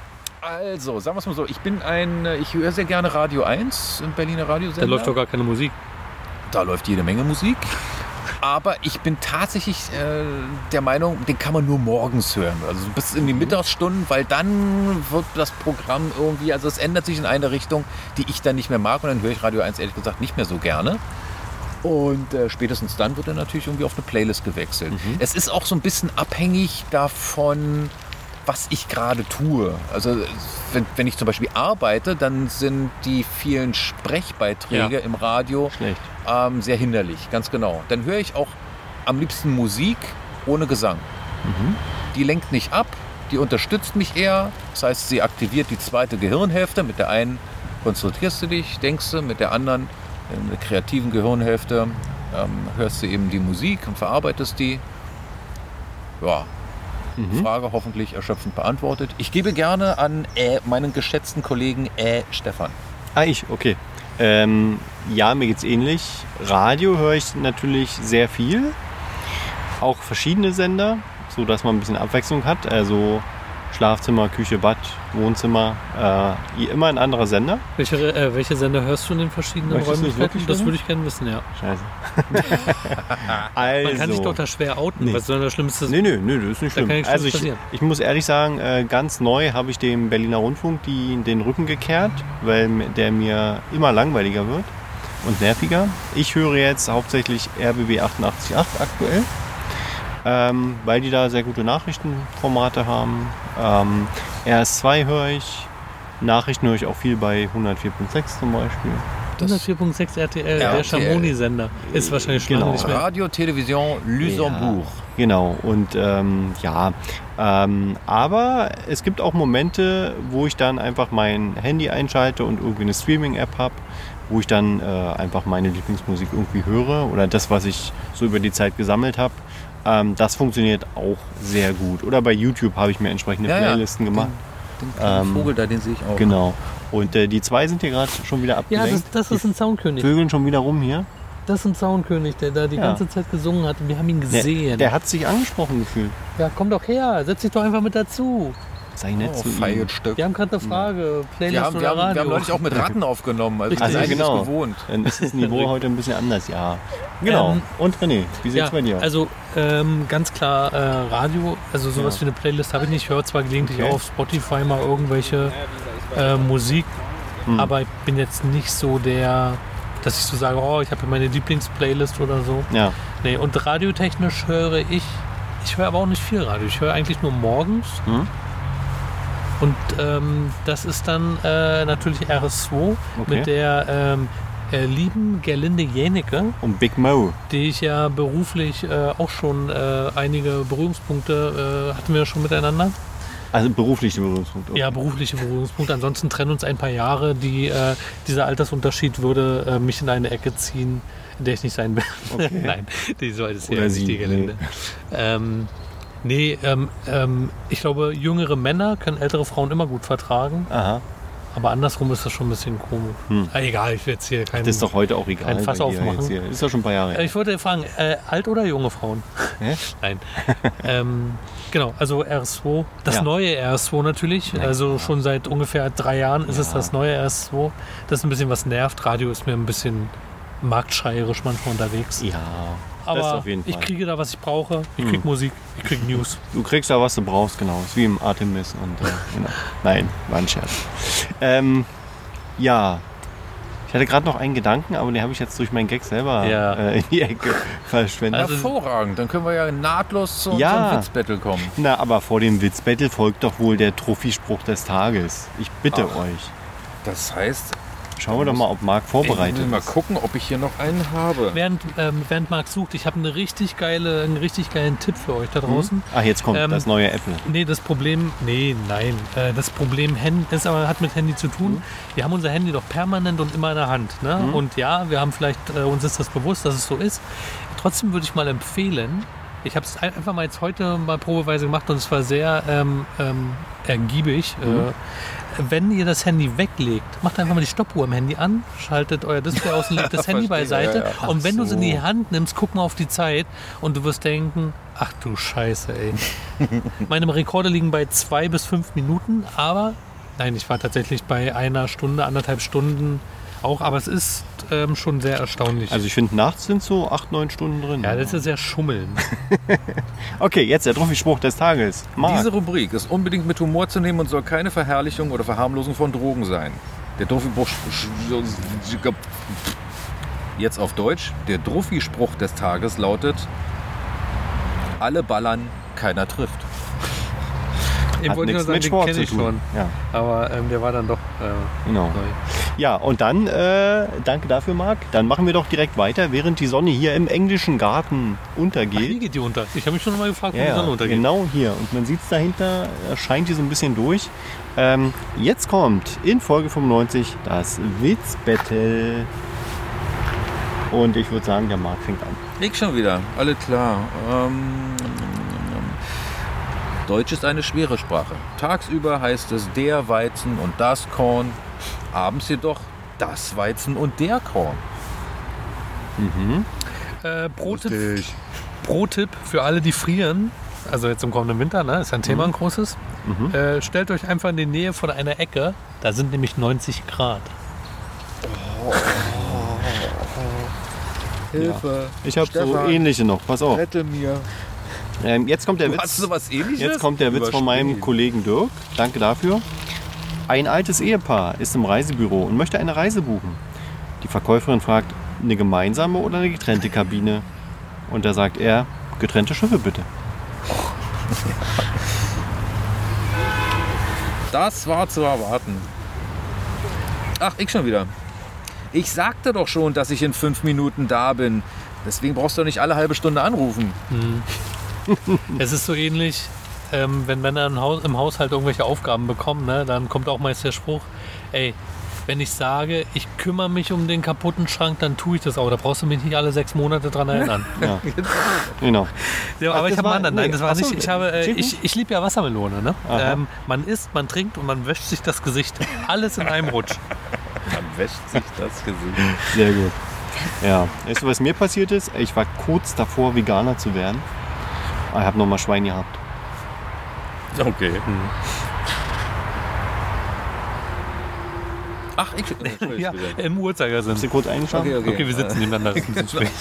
S4: Also, sagen wir es mal so, ich bin ein, äh, ich höre sehr gerne Radio 1, ein Berliner Radiosender.
S3: Da läuft doch gar keine Musik.
S4: Da läuft jede Menge Musik. Aber ich bin tatsächlich äh, der Meinung, den kann man nur morgens hören. Also bis in die Mittagsstunden, weil dann wird das Programm irgendwie, also es ändert sich in eine Richtung, die ich dann nicht mehr mag. Und dann höre ich Radio 1 ehrlich gesagt nicht mehr so gerne. Und äh, spätestens dann wird er natürlich irgendwie auf eine Playlist gewechselt. Es ist auch so ein bisschen abhängig davon, was ich gerade tue. Also wenn, wenn ich zum Beispiel arbeite, dann sind die vielen Sprechbeiträge im Radio
S1: Schlecht.
S4: ähm, sehr hinderlich, ganz genau. Dann höre ich auch am liebsten Musik ohne Gesang. Die lenkt nicht ab, die unterstützt mich eher. Das heißt, sie aktiviert die zweite Gehirnhälfte. Mit der einen konzentrierst du dich, denkst du, mit der anderen, in der kreativen Gehirnhälfte, ähm, hörst du eben die Musik und verarbeitest die. Ja. Frage hoffentlich erschöpfend beantwortet. Ich gebe gerne an äh, meinen geschätzten Kollegen äh, Stefan.
S1: Ah, ich, okay. Ähm, ja, mir geht's ähnlich. Radio höre ich natürlich sehr viel. Auch verschiedene Sender, so dass man ein bisschen Abwechslung hat. Also Schlafzimmer, Küche, Bad, Wohnzimmer, äh, immer ein anderer Sender.
S3: Welche, äh, welche Sender hörst du in den verschiedenen
S1: Möchtest du es
S3: Räumlichkeiten?
S1: wirklich
S3: Das
S1: wissen?
S3: würde ich gerne wissen, ja.
S1: Scheiße. *laughs* also.
S3: *laughs* Man kann sich doch da schwer outen,
S1: Nee.
S3: was soll das Schlimmste
S1: Nö, nö, nö, das ist nicht
S3: Da
S1: schlimm.
S3: kann nichts
S1: also
S3: Schlimmes
S1: ich,
S3: passieren.
S1: ich muss ehrlich sagen, äh, ganz neu habe ich dem Berliner Rundfunk die, den Rücken gekehrt, weil m- der mir immer langweiliger wird und nerviger. Ich höre jetzt hauptsächlich RBB 888 aktuell, ähm, weil die da sehr gute Nachrichtenformate haben. Ähm, RS2 höre ich, Nachrichten höre ich auch viel bei 104.6 zum Beispiel.
S3: 104.6 RTL, der
S4: RTL.
S3: Schamoni-Sender, ist wahrscheinlich schon lange
S1: Genau.
S3: nicht mehr.
S4: Radio, Television, Luxembourg.
S1: Genau, und ähm, ja, ähm, aber es gibt auch Momente, wo ich dann einfach mein Handy einschalte und irgendwie eine Streaming-App habe, wo ich dann äh, einfach meine Lieblingsmusik irgendwie höre oder das, was ich so über die Zeit gesammelt habe. Ähm, das funktioniert auch sehr gut. Oder bei YouTube habe ich mir entsprechende
S4: Ja, ja.
S1: Playlisten gemacht.
S4: Den kleinen
S1: Ähm,
S4: Vogel da, den sehe ich auch.
S1: Genau. Und äh, die zwei sind hier gerade schon wieder
S3: Ja,
S1: abgelenkt.
S3: das, das ist ein Soundkönig.
S1: Vögeln schon wieder rum hier.
S3: Das ist ein Soundkönig, der da die
S1: Ja.
S3: ganze Zeit gesungen hat. und Wir haben ihn
S1: Der,
S3: gesehen.
S1: der hat sich angesprochen gefühlt.
S3: Ja, komm doch her, setz dich doch einfach mit dazu.
S1: Sei nett
S4: Oh,
S1: zu ihm.
S4: Feilstück.
S3: Wir haben gerade eine Frage. Playlist
S4: Wir haben, wir,
S3: oder
S4: haben, wir haben
S3: Radio?
S4: neulich auch mit Ratten aufgenommen. Also,
S3: Richtig.
S4: das ist
S1: Also
S4: eigentlich
S1: genau.
S4: das gewohnt.
S1: Dann ist das
S3: *laughs*
S1: Niveau heute ein bisschen anders, ja. Genau.
S3: Ähm,
S1: und René, wie sieht's
S3: ja,
S1: bei dir aus?
S3: also ähm, ganz klar äh, Radio, also sowas wie eine Playlist habe ich nicht. Ich höre zwar gelegentlich
S1: Okay.
S3: auch auf Spotify mal irgendwelche äh, Musik,
S1: Hm.
S3: aber ich bin jetzt nicht so der, dass ich so sage, oh, ich habe hier meine Lieblingsplaylist oder so.
S1: ja,
S3: Nee, und radiotechnisch höre ich, ich höre aber auch nicht viel Radio. Ich höre eigentlich nur morgens.
S1: Mhm.
S3: Und ähm, das ist dann äh, natürlich RS2
S1: Okay.
S3: mit der ähm, äh, lieben Gerlinde Jänicke,
S1: und Big Mo.
S3: die ich ja beruflich äh, auch schon äh, einige Berührungspunkte äh, hatten wir schon miteinander.
S1: Also berufliche Berührungspunkte.
S3: Ja, berufliche Berührungspunkte. Ansonsten trennen uns ein paar Jahre. Die, äh, dieser Altersunterschied würde äh, mich in eine Ecke ziehen, in der ich nicht sein will. *laughs* Nein, die soll es ja
S1: Oder
S3: nicht,
S1: sie,
S3: die Gelände. Ähm, nee, ähm, ähm, ich glaube, jüngere Männer können ältere Frauen immer gut vertragen.
S1: Aha.
S3: Aber andersrum ist das schon ein bisschen komisch. Ah, egal, ich will jetzt hier keinen.
S1: Hm. Das ist doch heute auch egal.
S3: Kein Fass
S1: bei dir
S3: aufmachen.
S1: jetzt hier. Ist doch schon ein paar Jahre
S3: Äh,
S1: her.
S3: Ich wollte fragen, äh, alt oder junge Frauen?
S1: Hä?
S3: *laughs* Nein. ähm, genau, also RS2. Das
S1: Ja.
S3: neue RS2 natürlich. Also schon seit ungefähr drei Jahren ist es das neue RS2. Das ist ein bisschen was nervt. Radio ist mir ein bisschen marktschreierisch manchmal unterwegs.
S1: Ja,
S3: Aber
S1: das auf jeden Fall. Hm.
S3: ich kriege da, was ich brauche. Ich kriege Musik, ich kriege News.
S1: Du kriegst da, was du brauchst, genau. Ist wie im Artemis. Und, äh, *laughs* genau. Nein, war ein Scherz. Ähm, ja, ich hatte gerade noch einen Gedanken, aber den habe ich jetzt durch meinen Gag selber
S3: Ja.
S1: äh, in die
S3: *laughs*
S1: Ecke verschwendet.
S3: Also-
S4: Hervorragend, dann können wir ja nahtlos zu
S1: Ja.
S4: unserem Witzbattle kommen.
S1: Na, aber vor dem Witzbattle folgt doch wohl der Trophyspruch des Tages. Ich bitte
S4: Ach.
S1: euch.
S4: Das heißt,
S1: Schauen wir doch mal, ob Marc
S4: ich
S1: vorbereitet
S4: will mal
S1: ist.
S4: gucken, ob ich hier noch einen habe.
S3: Während, ähm, während Marc sucht, ich habe eine richtig geile, einen richtig geilen Tipp für euch da draußen.
S1: Ach, Ah, jetzt kommt
S3: Ähm,
S1: das neue Apple.
S3: Nee, das Problem, nee, nein. Äh, das Problem Hand, das aber hat mit Handy zu tun.
S4: Mhm.
S3: Wir haben unser Handy doch permanent und immer in der Hand. Ne? Und ja, wir haben vielleicht, äh, uns ist das bewusst, dass es so ist. Trotzdem würde ich mal empfehlen, ich habe es ein- einfach mal jetzt heute mal probeweise gemacht und es war sehr ähm, ähm, ergiebig.
S4: Mhm.
S3: Äh, wenn ihr das Handy weglegt, macht einfach mal die Stoppuhr im Handy an, schaltet euer Display aus
S4: *laughs*
S3: und legt das Handy
S4: Verstehe,
S3: beiseite.
S4: ja,
S3: Und wenn du es in die
S1: so.
S3: Hand nimmst, guck mal auf die Zeit und du wirst denken, ach du Scheiße, ey. Meine Rekorde liegen bei zwei bis fünf Minuten, aber nein, ich war tatsächlich bei einer Stunde, anderthalb Stunden auch, aber es ist ähm, schon sehr erstaunlich.
S1: Also ich finde, nachts sind so acht, neun Stunden drin.
S3: ja, das ist
S1: *laughs*
S3: ja Schummeln.
S1: okay, jetzt der Trophyspruch des Tages. Marc,
S4: Diese Rubrik ist unbedingt mit Humor zu nehmen und soll keine Verherrlichung oder Verharmlosung von Drogen sein. Der Trophyspruch. Jetzt auf Deutsch. Der Trophyspruch des Tages lautet: Alle ballern, keiner trifft.
S3: Eben
S1: hat
S3: wollte ich
S1: nichts
S3: nur sagen,
S1: mit
S3: den
S1: Sport
S3: kenn
S1: zu
S3: ich
S1: tun.
S3: schon,
S1: Ja,
S3: aber ähm, der war dann doch äh,
S1: genau.
S3: neu.
S1: Ja, und dann, äh, danke dafür, Marc. Dann machen wir doch direkt weiter, während die Sonne hier im englischen Garten
S3: Ach, hier
S1: untergeht.
S3: geht die unter. Ich habe mich schon mal gefragt, wo
S1: Ja,
S3: die Sonne
S1: ja,
S3: untergeht.
S1: genau hier. Und man sieht es dahinter, äh, scheint die so ein bisschen durch. Ähm, jetzt kommt in Folge 95 das Witzbattle. Und ich würde sagen, der Marc fängt an.
S4: Ich schon wieder. Alle klar. Ähm, Deutsch ist eine schwere Sprache. Tagsüber heißt es der Weizen und das Korn. Abends jedoch das Weizen und der Korn.
S1: Mhm.
S3: Äh, Pro-Tipp,
S2: Richtig.
S3: Pro-Tipp für alle, die frieren, also jetzt im kommenden Winter, ne, ist ja ein Thema ein
S1: Mhm.
S3: großes. Äh, stellt euch einfach in die Nähe von einer Ecke, da sind nämlich 90 Grad.
S2: Hilfe.
S1: Ich habe so
S2: Stefan,
S1: ähnliche noch. Pass auf.
S2: Rette mir.
S1: Ähm, jetzt kommt der Witz.
S4: Hast du was ähnliches?
S1: Jetzt kommt der Witz von meinem
S4: Überspielt.
S1: Kollegen Dirk. Danke dafür. Ein altes Ehepaar ist im Reisebüro und möchte eine Reise buchen. Die Verkäuferin fragt, eine gemeinsame oder eine getrennte Kabine? Und da sagt er, getrennte Schiffe bitte.
S4: Das war zu erwarten. Ach, ich schon wieder. Ich sagte doch schon, dass ich in fünf Minuten da bin. Deswegen brauchst du nicht alle halbe Stunde anrufen.
S3: Es ist so ähnlich, ähm, wenn Männer im, Haus, im Haushalt irgendwelche Aufgaben bekommen, ne, dann kommt auch meist der Spruch, ey, wenn ich sage, ich kümmere mich um den kaputten Schrank, dann tue ich das auch. Da brauchst du mich nicht alle sechs Monate dran
S1: *laughs*
S3: erinnern.
S1: Ja. genau.
S3: Ja, aber
S1: Ach,
S3: ich
S1: das
S3: habe einen
S1: war-
S3: anderen.
S1: nee,
S3: Nein, das war
S1: ach so,
S3: nicht. Ich, habe, äh,
S1: Chicken?
S3: ich, ich liebe ja Wassermelone. Ne?
S1: Aha.
S3: Ähm, man isst, man trinkt und man wäscht sich das Gesicht. Alles in
S1: *laughs*
S3: einem Rutsch.
S4: Dann wäscht sich das Gesicht.
S1: Sehr gut. Ja. Weißt du, was mir passiert ist? Ich war kurz davor, Veganer zu werden. Aber Ich habe nochmal Schwein gehabt.
S4: Okay. Ach, ich. *laughs* Entschuldigung,
S3: Ja,
S4: bitte.
S3: im Uhrzeigersinn.
S1: Hast du kurz eingeschlafen?
S4: Okay,
S3: Okay, wir
S4: *laughs*
S3: sitzen nebeneinander. Das ist
S1: *laughs*
S3: ein bisschen schwierig.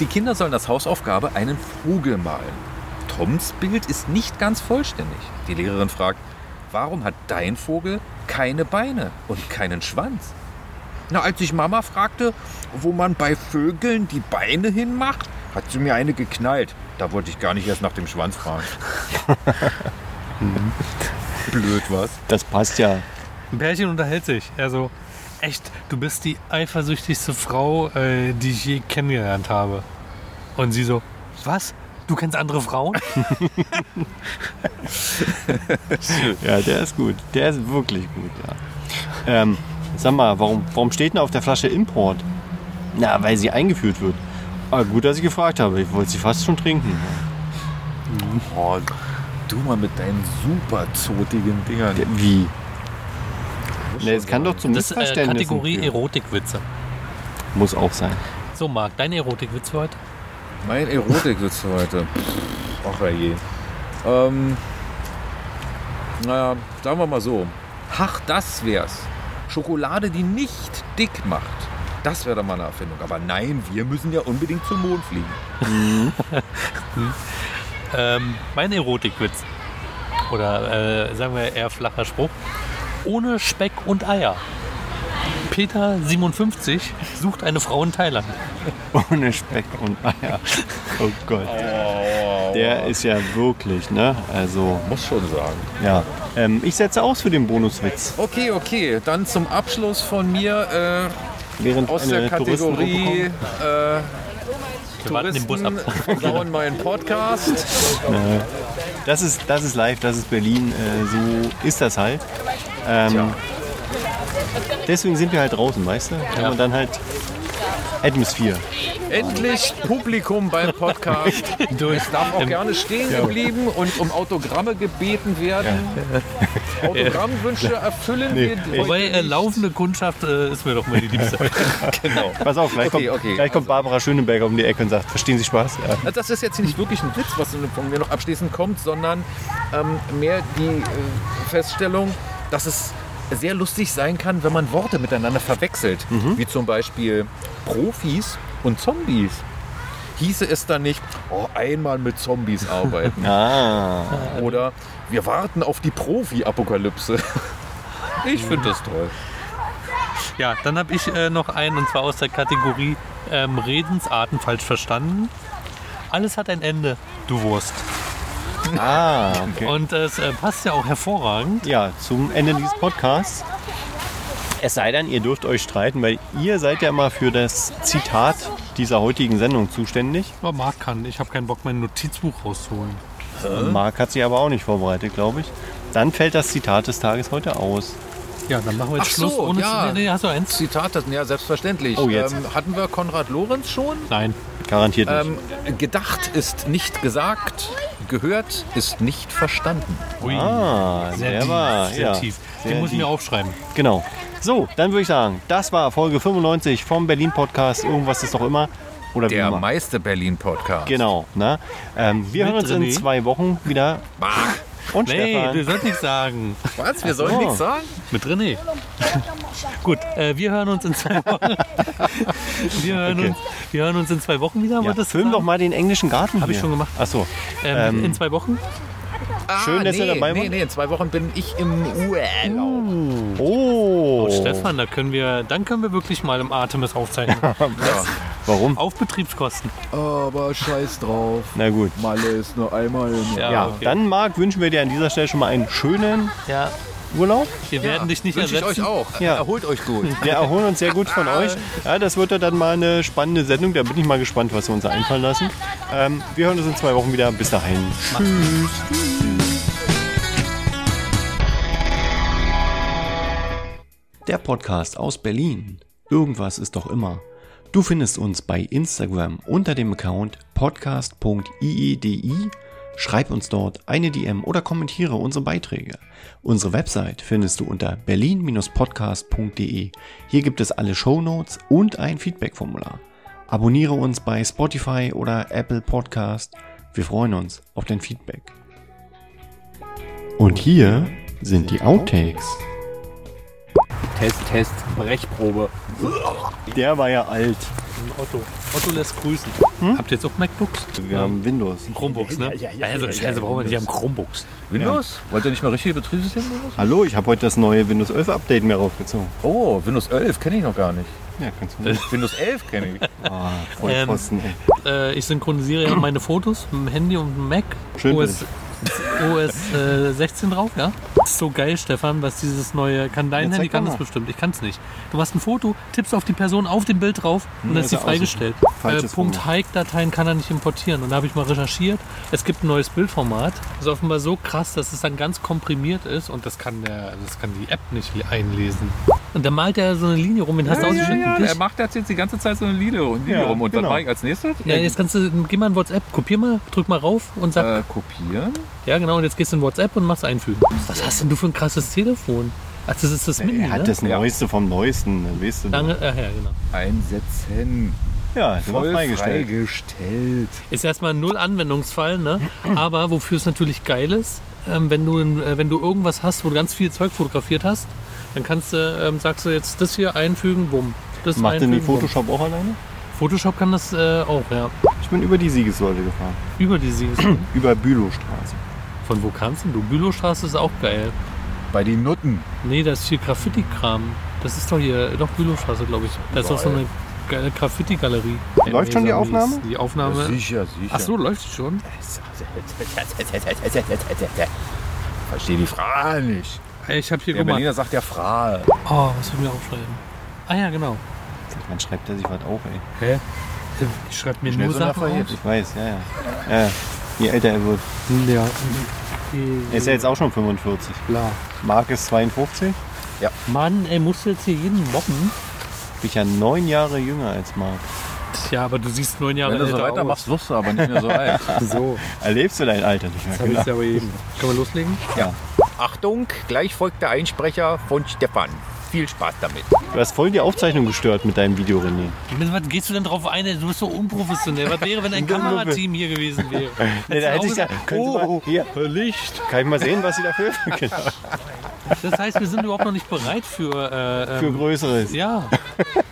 S4: Die Kinder sollen als Hausaufgabe einen Vogel malen. Toms Bild ist nicht ganz vollständig. Die Lehrerin fragt, warum hat dein Vogel keine Beine und keinen Schwanz? Na, als ich Mama fragte, wo man bei Vögeln die Beine hinmacht, hat sie mir eine geknallt. Da wollte ich gar nicht erst nach dem Schwanz fragen. Blöd was?
S1: Das passt ja.
S3: Ein Pärchen unterhält sich. Also, echt, du bist die eifersüchtigste Frau, äh, die ich je kennengelernt habe. Und sie so, was? Du kennst andere Frauen?
S1: Ja, der ist gut. Der ist wirklich gut, ja. Ähm, sag mal, warum, warum steht denn auf der Flasche Import? Na, weil sie eingeführt wird. Aber gut, dass ich gefragt habe. Ich wollte sie fast schon trinken.
S4: Oh, du mal mit deinen super zotigen Dingern.
S1: Der- Wie? Ne, es kann doch zum
S3: Das ist äh,
S1: Missverständnissen
S3: Kategorie
S1: führen.
S3: Erotikwitze.
S1: Muss auch sein. *laughs*
S3: So, Marc, dein Erotikwitz für heute?
S4: Mein Erotikwitz heute. Ach je. Ähm, naja, sagen wir mal so. Ach, das wär's. Schokolade, die nicht dick macht. Das wäre doch mal eine Erfindung. Aber nein, wir müssen ja unbedingt zum Mond fliegen.
S3: Ähm, mein Erotikwitz. Oder äh, sagen wir eher flacher Spruch. Ohne Speck und Eier. Peter 57 sucht eine Frau in Thailand.
S1: Ohne Speck und Eier. Oh Gott. Der ist ja wirklich, ne? Also,
S4: Muss schon sagen.
S1: ja. Ähm, ich setze aus für den Bonuswitz.
S4: Okay, okay. Dann zum Abschluss von mir
S1: Während
S4: äh, aus
S1: eine
S4: der
S1: Touristengruppe
S4: Kategorie.
S1: kommt.
S4: Äh,
S3: Wir warten den Bus ab.
S4: Touristen versauen meinen Podcast.
S1: Das ist, das ist live, das ist Berlin. Äh, so ist das halt. Ähm, deswegen sind wir halt draußen, weißt du? Wenn man dann halt Atmosphäre.
S4: Endlich Publikum beim Podcast.
S3: Durch.
S4: Es darf auch gerne stehen geblieben und um Autogramme gebeten werden. Autogrammwünsche erfüllen
S1: Nee,
S4: wir
S1: ich-
S4: heute
S3: Wobei äh,
S4: nicht.
S3: laufende Kundschaft äh, ist mir doch mal die Liebste.
S4: Genau.
S1: Pass auf, gleich,
S4: Okay,
S1: kommt,
S4: okay.
S1: gleich kommt Barbara Schöneberger um die Ecke und sagt, verstehen Sie Spaß? Ja.
S4: Also Das ist jetzt nicht wirklich ein Witz, was von mir noch abschließend kommt, sondern ähm, mehr die äh, Feststellung, dass es sehr lustig sein kann, wenn man Worte miteinander verwechselt. Wie zum Beispiel Profis und Zombies. Hieße es dann nicht, oh, einmal mit Zombies arbeiten.
S1: Ah,
S4: Oder wir warten auf die Profi-Apokalypse. *laughs* Ich finde das toll.
S3: Ja, dann habe ich äh, noch einen und zwar aus der Kategorie ähm, Redensarten falsch verstanden. Alles hat ein Ende, du Wurst.
S1: ah okay.
S3: Und es äh, passt ja auch hervorragend.
S1: ja, zum Ende dieses Podcasts. Es sei denn, ihr dürft euch streiten, weil ihr seid ja immer für das Zitat dieser heutigen Sendung zuständig.
S3: Aber Marc kann, ich habe keinen Bock, mein Notizbuch rauszuholen.
S1: Marc hat sie aber auch nicht vorbereitet, glaube ich. Dann fällt das Zitat des Tages heute aus.
S3: Ja, dann machen wir jetzt
S4: Ach
S3: Schluss.
S4: so,
S3: ohne
S4: ja.
S3: zu, nee, nee, hast du eins?
S4: Zitat, das, ja, selbstverständlich. Ähm,
S1: Oh, jetzt.
S4: hatten wir Konrad Lorenz schon?
S3: Nein.
S1: Garantiert nicht.
S4: Ähm, gedacht ist nicht gesagt, gehört ist nicht verstanden.
S3: Ui.
S1: ah,
S3: Sehr
S1: der
S3: tief,
S1: war,
S3: sehr
S1: ja,
S3: tief.
S1: sehr
S3: Den muss ich
S1: tief.
S3: mir aufschreiben.
S1: Genau. So, dann würde ich sagen, das war Folge 95 vom Berlin Podcast. Irgendwas ist doch immer. Oder wie
S4: Der
S1: immer.
S4: meiste Berlin-Podcast.
S1: Genau. Ne? Ähm, wir
S3: Mit
S1: hören uns in
S3: René.
S1: zwei Wochen wieder.
S4: Marc,
S1: Und
S3: Nee, du
S1: Stefan.
S3: sollst nichts sagen.
S4: was? Wir sollen
S1: so.
S4: nichts sagen?
S3: Mit René. *laughs* Gut, äh, wir hören uns in zwei Wochen. wir, hören
S1: Okay.
S3: uns, wir hören uns in zwei Wochen wieder.
S1: Ja,
S3: wolltest du
S1: film
S3: sagen?
S1: doch mal den englischen Garten.
S3: Hab ich
S1: hier.
S3: schon gemacht.
S1: Ach so.
S3: Ähm,
S1: Ähm,
S3: in zwei Wochen?
S4: Ah,
S1: Schön, dass
S4: nee,
S1: ihr dabei
S4: nee,
S1: wart.
S4: nee, in zwei Wochen bin ich im Urlaub.
S1: Oh.
S3: Stefan, da können wir, dann können wir wirklich mal im Artemis
S4: *laughs*
S3: aufzeichnen.
S1: Warum?
S3: Auf Betriebskosten.
S2: Aber scheiß drauf.
S1: Na gut.
S2: Malle ist nur einmal im Jahr.
S1: Ja,
S3: okay.
S1: dann Marc, wünschen wir dir an dieser Stelle schon mal einen schönen
S3: ja
S1: Urlaub.
S3: wir werden dich nicht
S4: Wünsche ich
S3: ersetzen.
S4: euch auch.
S1: Ja.
S4: Erholt euch gut.
S1: *laughs* Wir erholen uns sehr gut von euch. Ja, das wird ja dann mal eine spannende Sendung. Da bin ich mal gespannt, was wir uns da einfallen lassen. Ähm, wir hören uns in zwei Wochen wieder. Bis dahin. Der Podcast aus Berlin. Irgendwas ist doch immer. Du findest uns bei Instagram unter dem Account podcast.iedi. Schreib uns dort eine DM oder kommentiere unsere Beiträge. Unsere Website findest du unter berlin-podcast.de. Hier gibt es alle Shownotes und ein Feedback-Formular. Abonniere uns bei Spotify oder Apple Podcast. Wir freuen uns auf dein Feedback. Und hier sind die Outtakes.
S4: Test, Test, Brechprobe.
S1: Der war ja alt.
S3: Hm, Otto. Otto lässt grüßen. Habt ihr jetzt auch MacBooks?
S1: Wir haben Windows.
S3: Chromebooks, ne? also, scheiße, brauchen wir nicht. Wir haben Chromebooks.
S4: Windows? Wollt ihr nicht mal richtige Betriebssystem benutzen?
S1: Hallo, ich habe heute das neue Windows 11 Update mir raufgezogen.
S4: Oh, Windows 11 kenne ich noch gar *laughs* nicht.
S1: Ja, kannst du.
S4: Windows 11 kenne ich.
S1: Ah,
S3: Ähm,
S1: Vollpfosten, ey.
S3: Äh, ich synchronisiere ja meine Fotos mit dem Handy und dem Mac.
S1: Schön
S3: OS, OS äh, 16 drauf, ja? Ist so geil, Stefan, was dieses neue. Kann dein
S1: Ja,
S3: Handy
S1: zeig
S3: kann
S1: doch
S3: das
S1: mal.
S3: bestimmt. Ich kann es nicht. Du machst ein Foto, tippst auf die Person auf dem Bild drauf und dann ist
S1: ist
S3: sie
S1: er aus-
S3: freigestellt. Äh,
S1: falsches
S3: Punkt Hike-Dateien kann er nicht importieren. Und da habe ich mal recherchiert. Es gibt ein neues Bildformat. Ist offenbar so krass, dass es dann ganz komprimiert ist und das kann der, das kann die App nicht einlesen. Und da malt er so eine Linie rum, den hast du ausgeschnitten.
S4: Er macht jetzt die ganze Zeit so eine Lieder und Lieder
S1: Ja,
S4: rum. Und
S1: genau.
S4: dann mache ich als nächstes
S3: Ja, jetzt kannst du, geh mal in WhatsApp, kopier mal, drück mal rauf und sag,
S4: äh, kopieren.
S3: ja genau, und jetzt gehst du in WhatsApp und machst einfügen. Was hast denn du für ein krasses Telefon? Also das ist das Mini,
S1: Äh, Er hat
S3: ne?
S1: das Neueste vom Neuesten, das weißt du. doch.
S3: Lange, äh, ja, genau.
S2: Einsetzen.
S1: Ja, sind wir
S2: Voll
S1: freigestellt.
S2: freigestellt.
S3: Ist erstmal null Anwendungsfall, ne? Aber wofür es natürlich geil ist, ähm, wenn, du, ein- äh, wenn du irgendwas hast, wo du ganz viel Zeug fotografiert hast, dann kannst du, ähm, sagst du jetzt das hier einfügen, bumm. Das
S1: Macht denn
S3: einfügen,
S1: die
S3: bumm.
S1: Photoshop auch alleine?
S3: Photoshop kann das äh, auch, ja.
S1: Ich bin über die Siegessäule gefahren.
S3: Über die Siegessäule.
S1: Über Bülowstraße.
S3: Von wo kamst denn du? Bülowstraße ist auch geil.
S2: Bei den Nutten.
S3: Nee, das ist hier Graffiti-Kram. Das ist doch hier, doch Bülowstraße, glaube ich. Da ist doch so eine geile Graffiti-Galerie.
S1: Läuft schon die Aufnahme?
S3: Die Aufnahme.
S2: sicher, sicher.
S3: Ach so, läuft die schon?
S2: Verstehe die Frage nicht.
S3: Ey, Ah, Ich habe hier
S2: Der
S3: gemacht.
S2: Berliner sagt ja Frage.
S3: Oh, was soll ich mir aufschreiben? Ah ja, genau.
S1: Man schreibt er sich was auf, ey.
S3: Hä? Ich schreibe mir
S2: Schnell
S3: nur
S2: so
S3: Sachen
S2: nachher
S3: auf.
S1: Ich weiß, ja, ja. ja. Je älter er wird.
S3: Ja.
S1: Er ist ja jetzt auch schon 45.
S3: Klar.
S1: Marc ist 52.
S3: Mann, ey, musst du jetzt hier jeden mobben?
S1: Bin ich ja neun Jahre jünger als Marc.
S3: Ja, aber du siehst neun Jahre
S4: Wenn du so
S3: älter aus.
S4: weitermachst, wirst du aber nicht mehr so *laughs* alt.
S3: *laughs* So,
S1: Erlebst du dein Alter nicht mehr?
S3: das ist ja aber eben. Können wir loslegen?
S4: Achtung, gleich folgt der Einsprecher von Stefan. Viel Spaß damit.
S1: Du hast voll die Aufzeichnung gestört mit deinem Video, René.
S3: Was gehst du denn drauf ein? Du bist so unprofessionell. Was wäre, wenn ein Kamerateam hier gewesen wäre?
S1: Nee, da hätte ich ja. Können Sie
S3: Oh,
S1: mal, hier,
S3: Licht.
S1: kann ich mal sehen, was Sie
S3: *laughs*
S1: dafür genau,
S3: Das heißt, wir sind überhaupt noch nicht bereit für. Äh,
S1: für
S3: ähm,
S1: Größeres.
S3: ja.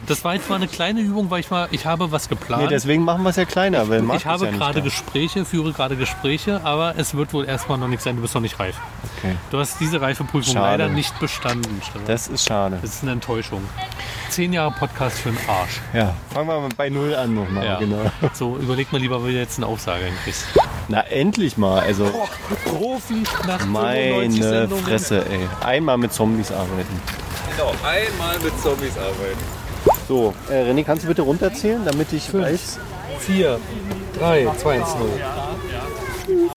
S3: Das war jetzt mal eine kleine Übung, weil ich mal, ich habe was
S1: Nee,
S3: geplant.
S1: deswegen machen wir es ja kleiner, weil Marc
S3: ich habe
S1: ist ja
S3: gerade
S1: nicht
S3: Gespräche, führe gerade Gespräche, aber es wird wohl erstmal noch nichts sein. Du bist noch nicht reif.
S1: da. okay.
S3: Du hast diese Reifeprüfung
S1: Schade.
S3: leider nicht bestanden. Stefan.
S1: Das ist schade.
S3: Das ist eine Enttäuschung. Zehn Jahre Podcast für den Arsch.
S1: Ja, fangen wir mal bei Null an nochmal.
S3: Ja.
S1: Genau.
S3: So, überleg mal lieber, wie du jetzt eine Aufsage hinkriegst.
S1: Na, endlich mal. Also,
S3: Profi nach
S1: meine Fresse, ey. Einmal mit Zombies arbeiten.
S5: Genau, einmal mit Zombies arbeiten.
S1: So, äh, René, kannst du bitte runterzählen, damit ich weiß?
S3: 4, 3, 2, 1, 0.